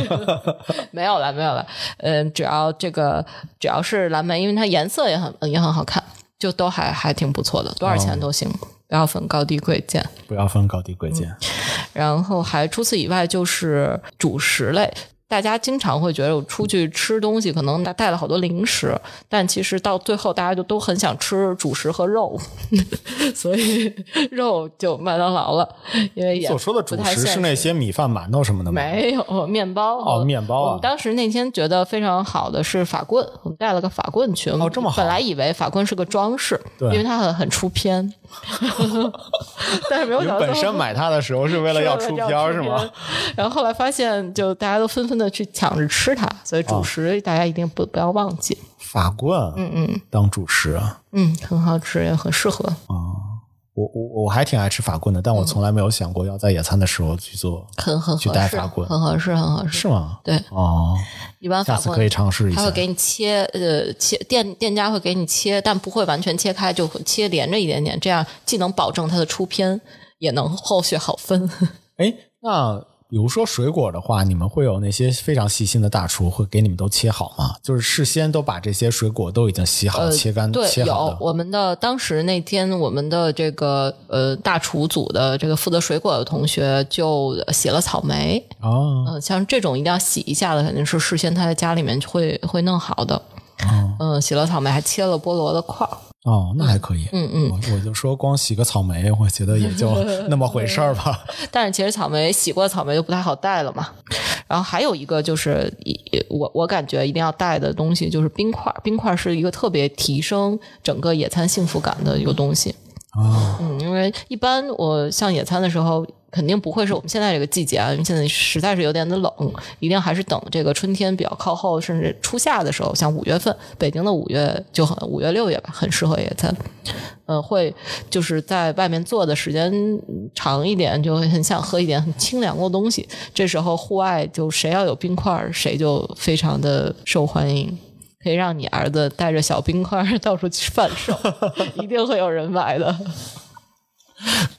[laughs]
没有了，没有了。嗯，只要这个只要是蓝莓，因为它颜色也很嗯也很好看，就都还还挺不错的，多少
哦
钱都行，不要分高低贵贱。
不要分高低贵贱。
然后还除此以外就是主食类。大家经常会觉得我出去吃东西可能带了好多零食，但其实到最后大家就都很想吃主食和肉， [laughs] 所以肉就麦当劳了，因为也
所说的主
不太
食
现
是
实
那些米饭、馒头什么的吗？
没有面包
哦面包啊
我们当时那天觉得非常好的是法棍，我们带了个法棍去。哦
这么好
本来以为法棍是个装饰，
对
因为它很很出
[laughs]
片，但是没有
你
想到
本
最
身
后
买它的时候是为了要出片儿是吗？？
然后后来发现，就大家都纷纷的去抢着吃它，所以
啊
主食大家一定不不要忘记。
法棍，嗯嗯，当主食啊。
嗯，很好吃，也很适合。
我我我还挺爱吃法棍的，但我从来没有想过要在野餐的时候去做，
嗯很很
去
合
带
适，
法棍
很合适，很合适
是。吗？
对，
哦，
一般
下
法
次
棍
可以尝试一
他
下
会。给你切，呃，切店店家会给你切，但不会完全切开，就会切连着一点点，这样既能保证它的出片，也能后续好分。
哎，那比如说水果的话，你们会有那些非常细心的大厨会给你们都切好吗？就是事先都把这些水果都已经洗好、
呃，
切干、
对，
切好
有
的。
我们的当时那天我们的这个呃大厨组的这个负责水果的同学就洗了草莓，
哦，
嗯、像这种一定要洗一下的，肯定是事先他在家里面会会弄好的。
哦
嗯，洗了草莓，还切了菠萝的块儿。
哦，那还可以。
嗯嗯，
我我就说光洗个草莓，我觉得也
[laughs]
就那么回事儿吧。
但是其实草莓洗过的草莓就不太好带了嘛。然后还有一个就是一，我我感觉一定要带的东西就是冰块儿，冰块儿是一个特别提升整个野餐幸福感的一个东西。
啊、
嗯，因为一般我像野餐的时候，肯定不会是我们现在这个季节啊，因为现在实在是有点的冷，一定还是等这个春天比较靠后，甚至初夏的时候，像五月份，北京的五月就很五月六月吧，很适合野餐。嗯、会就是在外面坐的时间长一点，就会很想喝一点很清凉的东西。这时候户外就谁要有冰块儿，谁就非常的受欢迎。可以让你儿子带着小冰块儿 [laughs] 到处去贩售，一定会有人买的。 [laughs]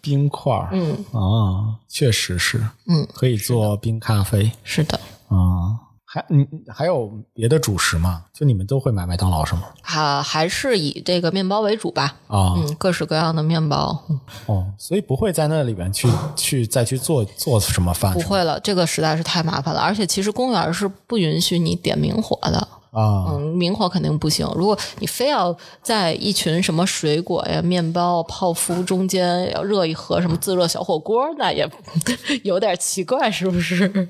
冰块儿，嗯啊、确实是，
嗯，
可以做冰咖啡
是的，
啊、还你还有别的主食吗？就你们都会买麦当劳是吗？
啊，还是以这个面包为主吧。
啊、
嗯，各式各样的面包，嗯
哦，所以不会在那里边去去再去做做什么饭
哦不
是吗
会了，这个实在是太麻烦了。而且其实公园是不允许你点明火的，
啊、
嗯，明火肯定不行。如果你非要在一群什么水果呀、面包、泡芙中间要热一盒什么自热小火锅，那也 [laughs] 有点奇怪，是不是？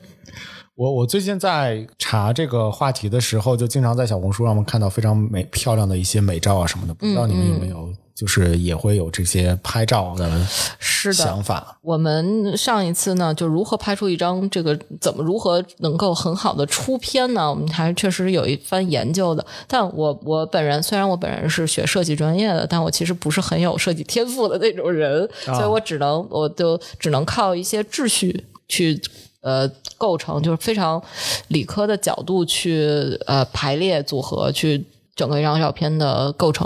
我我最近在查这个话题的时候，就经常在小红书上面看到非常美漂亮的一些美照啊什么的，不知道你们有
嗯
没有，就是也会有这些拍照的
是的，
想法
我们上一次呢，就如何拍出一张这个怎么如何能够很好的出片呢？我们还确实有一番研究的。但我我本人虽然我本人是学设计专业的，但我其实不是很有设计天赋的那种人，
啊
所以我只能我就只能靠一些秩序去。呃，构成就是非常理科的角度去呃排列组合，去整个一张照片的构成。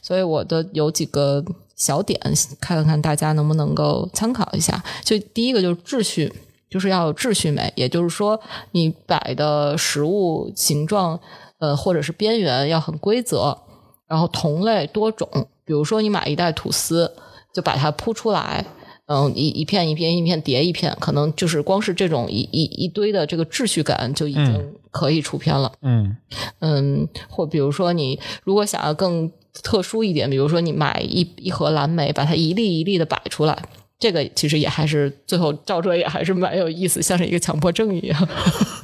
所以我的有几个小点，看看大家能不能够参考一下。就第一个就是秩序，就是要有秩序美，也就是说你摆的食物形状，呃，或者是边缘要很规则，然后同类多种。比如说你买一袋吐司，就把它铺出来。嗯，一一片一片一片叠一片，可能就是光是这种一一一堆的这个秩序感就已经可以出片了。
嗯
嗯，或比如说你如果想要更特殊一点，比如说你买一一盒蓝莓，把它一粒一粒的摆出来，这个其实也还是最后照出来也还是蛮有意思，像是一个强迫症一样。 [laughs]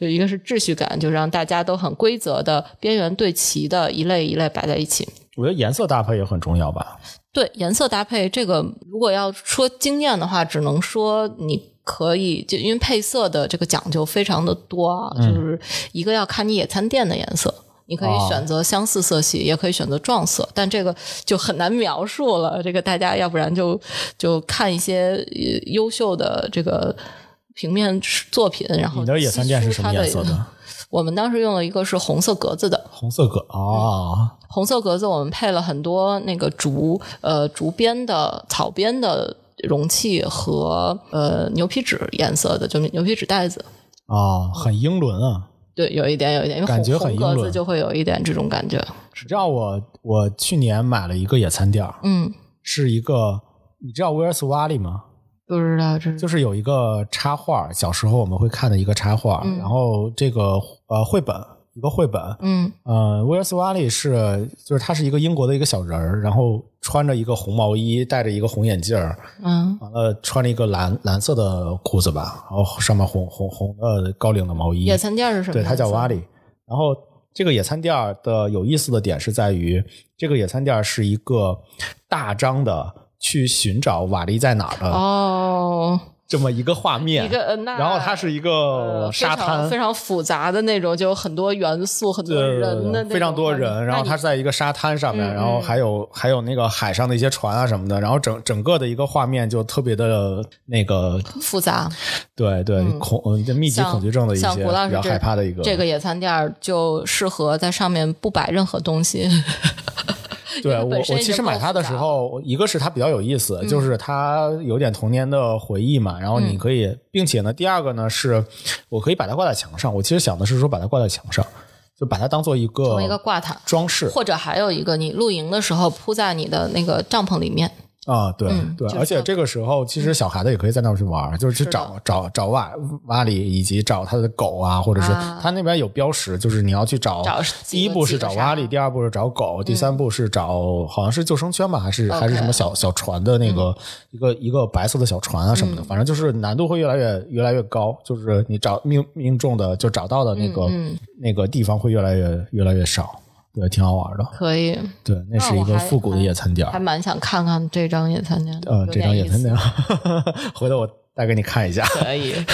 就一个是秩序感，就让大家都很规则的边缘对齐 [laughs] 的一类一类摆在一起。
我觉得颜色搭配也很重要吧。
对颜色搭配，这个如果要说经验的话，只能说你可以就因为配色的这个讲究非常的多啊，就是一个要看你野餐垫的颜色。你可
嗯哦
以选择相似色系，也可以选择撞色，但这个就很难描述了。这个大家要不然就就看一些呃优秀的这个平面作品，然后
你的野餐垫是什么颜色
吸收哦它
的？
我们当时用了一个是红色格子的，
红色格哦，
红色格子我们配了很多那个竹呃竹编的草编的容器和呃牛皮纸颜色的，就牛皮纸袋子。
哦，很英伦啊！
对，有一点，有一点，因为
感
红
觉很
红
英
格
伦
子就会有一点这种感觉。
你知道我我去年买了一个野餐垫儿，
嗯，
是一个你知道威尔斯瓦利吗？
不知道这是
就是有一个插画，小时候我们会看的一个插画，
嗯
然后这个呃绘本一个绘本，
嗯
呃，威尔斯瓦利是就是他是一个英国的一个小人儿，然后穿着一个红毛衣，戴着一个红眼镜儿，
嗯
完了穿了一个蓝蓝色的裤子吧，然后上面红红红的高领的毛衣，
野餐垫 [laughs] 是什么？
对，它叫瓦
瓦。
里。然后这个野餐垫儿的有意思的点是在于，这个野餐垫儿是一个大张的去寻找瓦力在哪儿的、
哦，
这么一个画面，
一个呃那
然后它是一个
呃
沙滩，
非常非常复杂的那种，就有很多元素，很多人的那
对，
种
非常多人，然后
那
它
你
是在一个沙滩上面，
嗯嗯
然后还有还有那个海上的一些船啊什么的，然后整整个的一个画面就特别的那个，
复杂，
对对，恐呃这密集
像
恐惧症的一些
像古老
比
师
较
这
害怕的一个，
这个野餐垫儿就适合在上面不摆任何
[laughs]
东西。
对
因为
我
本身
我
已
其
经
实
够
买它的
复杂嗯
时候，一个是它比较有意思，就是它有点童年的回忆嘛，然后你可以，并且呢，第二个呢是我可以把它挂在墙上，我其实想的是说把它挂在墙上，就把它当做一
成
个
为一个挂毯，
装饰，
或者还有一个，你露营的时候铺在你的那个帐篷里面。
啊，对、
嗯
对，
就是嗯
而且这个时候其实小孩子也可以在那儿去玩儿，就是去
的
找找找瓦瓦里以及找他的狗啊，或者是
啊
他那边有标识，就是你要去找。
找
第一
几个
步是
几个
找
啥嗯
瓦里，第二步是找狗，第三步是找好像是救生圈吧，还是
OK 嗯
还是什么小小船的那个一个一个白色的小船啊什么的，反正就是难度会越来越越来越高，就是你找命命中的就找到的那个
嗯嗯
那个地方会越来越越来越少，对，挺好玩的。
可以，
对，那
那
是一
我
个
还嗯
复古的
还
野餐点儿
还蛮想看看这张野餐垫的。
呃，
有
这张
点
也
意
很
思
亮， [laughs] 回头我带给你看一下。
可以。 [laughs]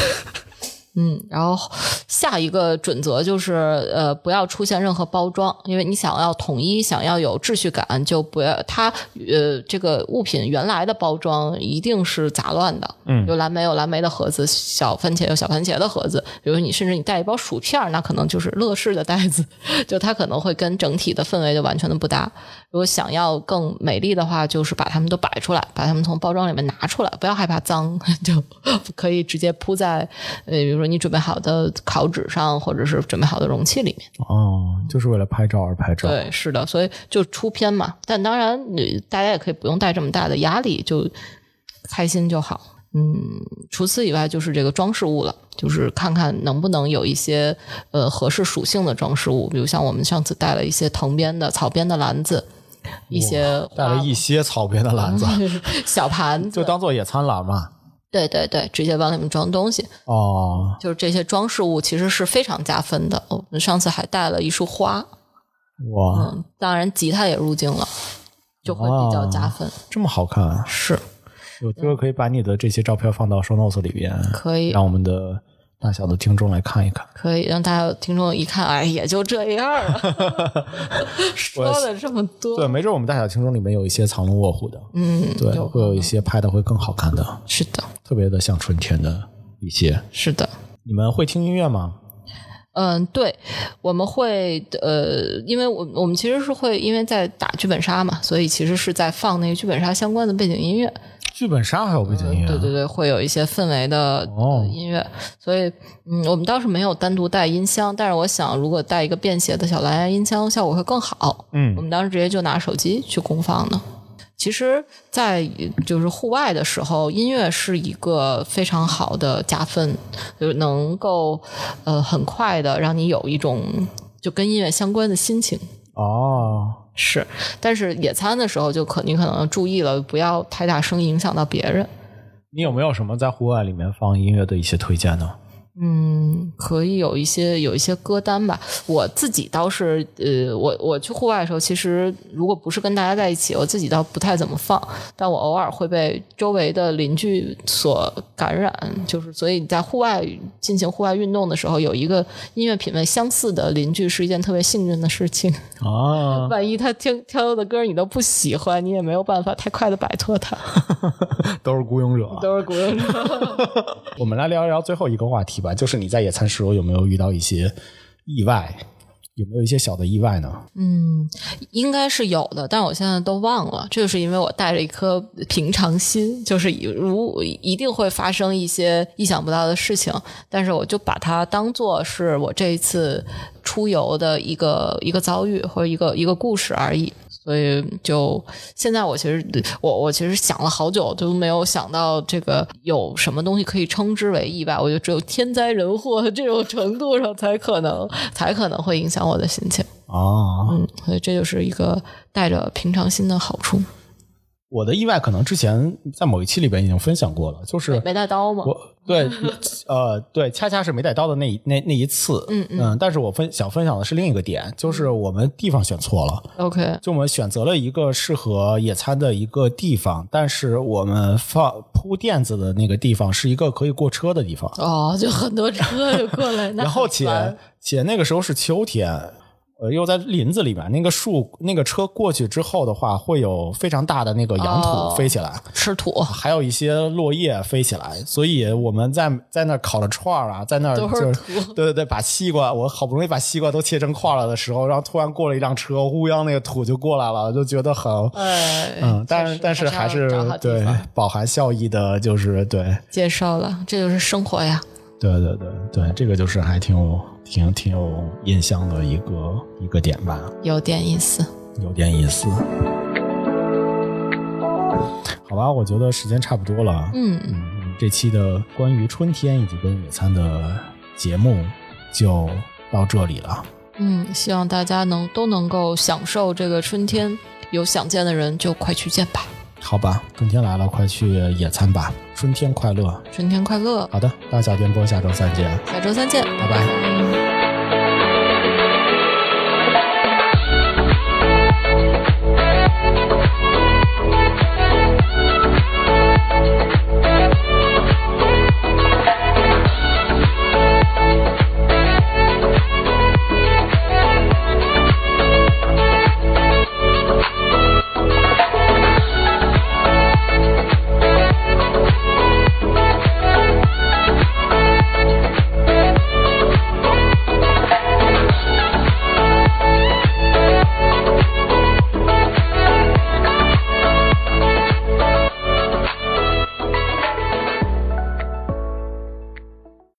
嗯，然后下一个准则就是，呃，不要出现任何包装，因为你想要统一，想要有秩序感，就不要它，呃，这个物品原来的包装一定是杂乱的，
嗯
有蓝莓有蓝莓的盒子，小番茄有小番茄的盒子，比如你甚至你带一包薯片儿，那可能就是乐事的袋子， [laughs] 就它可能会跟整体的氛围就完全的不搭。如果想要更美丽的话，就是把它们都摆出来，把它们从包装里面 [laughs] 拿出来，不要害怕脏，就可以直接铺在呃，比如说你准备好的烤稿纸上，或者是准备好的容器里面。
哦，就是为了拍照而拍照。
对，是的，所以就出片嘛。但当然，你大家也可以不用带这么大的压力，就开心就好。嗯，除此以外就是这个装饰物了，就是看看能不能有一些呃合适属性的装饰物，比如像我们上次带了一些藤编的、草编的篮子，一些
带了一些草编的篮
嗯
子，
[laughs] 小盘
就
子，
当做野餐篮嘛。
对对对，直接往里面装东西。
哦，
就是这些装饰物其实是非常加分的。哦我们上次还带了一束花，
哇，
嗯，当然吉他也入镜了，就会比较加分。
这么好看、啊！
是
有机会可以把你的这些照片放到 show notes 里边，
可以
让我们的大小的听众来看一看。
可以让大家听众一看，哎，也就这样
[laughs]
了， [laughs] 说了这么
对，
多，
没准我们大小听众里面有一些藏龙卧虎的，
嗯，
对，
有
会有一些拍的会更好看的，
是的，
特别的像春天的一些。
是的。
你们会听音乐吗？
嗯，对，我们会呃，因为我我们其实是会因为在打剧本杀嘛，所以其实是在放那个剧本杀相关的背景音乐。
剧本杀还有背景音乐？
嗯
啊
对对对，会有一些氛围的
哦
呃音乐，所以嗯，我们倒是没有单独带音箱，但是我想如果带一个便携的小蓝牙音箱，效果会更好。我
嗯，
们当时直接就拿手机去公放的。其实，在就是户外的时候，音乐是一个非常好的加分，就是能够呃很快的让你有一种就跟音乐相关的心情。
哦，
是，但是野餐的时候就可你可能要注意了，不要太大声影响到别人。
你有没有什么在户外里面放音乐的一些推荐呢？
嗯，可以有一些有一些歌单吧。我自己倒是，呃，我我去户外的时候，其实如果不是跟大家在一起，我自己倒不太怎么放，但我偶尔会被周围的邻居所感染，就是所以你在户外进行户外运动的时候，有一个音乐品味相似的邻居是一件特别幸运的事情。 [laughs]
啊，
万一他听挑的歌你都不喜欢，你也没有办法太快的摆脱他，
都是孤勇者。
都是鼓励。
[laughs] 我们来聊一聊最后一个话题吧，就是你在野餐时候有没有遇到一些意外？有没有一些小的意外呢？
嗯，应该是有的，但是我现在都忘了。这就是因为我带着一颗平常心，就是以如一定会发生一些意想不到的事情，但是我就把它当做是我这一次出游的一个一个遭遇或者一个一个故事而已。所以就现在，我其实我我其实想了好久，都没有想到这个有什么东西可以称之为意外。我觉得只有天灾人祸这种程度上才可能才可能会影响我的心情。
啊，
嗯，所以这就是一个带着平常心的好处。
我的意外可能之前在某一期里边已经分享过了，就是
没带刀吗？
我对 [laughs] 呃对，恰恰是没带刀的那一那那一次，
嗯嗯
但是我分想分享的是另一个点，就是我们地方选错了。
OK，
就我们选择了一个适合野餐的一个地方，但是我们放铺垫子的那个地方是一个可以过车的地方，
哦，就很多车就过来，那
然后
很
且
烦
且那个时候是秋天，呃，又在林子里面，那个树那个车过去之后的话，会有非常大的那个羊
哦
土飞起来，
吃土，
还有一些落叶飞起来，所以我们在在那儿烤着串儿啊，在那儿
都
就是是
土
对对对，把西瓜，我好不容易把西瓜都切成块儿了的时候，然后突然过了一辆车，乌泱那个土就过来了，就觉得很。
哎，
嗯，但是
确实
但是还
要
是
找好地
对
方
饱含笑意的，就是对
接受了，这就是生活呀。
对对对对，这个就是还挺有挺挺有印象的一个一个点吧，
有点意思，
有点意思。好吧，我觉得时间差不多了。
嗯，
嗯，我们这期的关于春天以及跟野餐的节目就到这里了。
嗯，希望大家能都能够享受这个春天，有想见的人就快去见吧，
好吧，春天来了，快去野餐吧！春天快乐。
春天快乐，
好的，大小电波下周三见，
下周三见，
拜拜。
拜。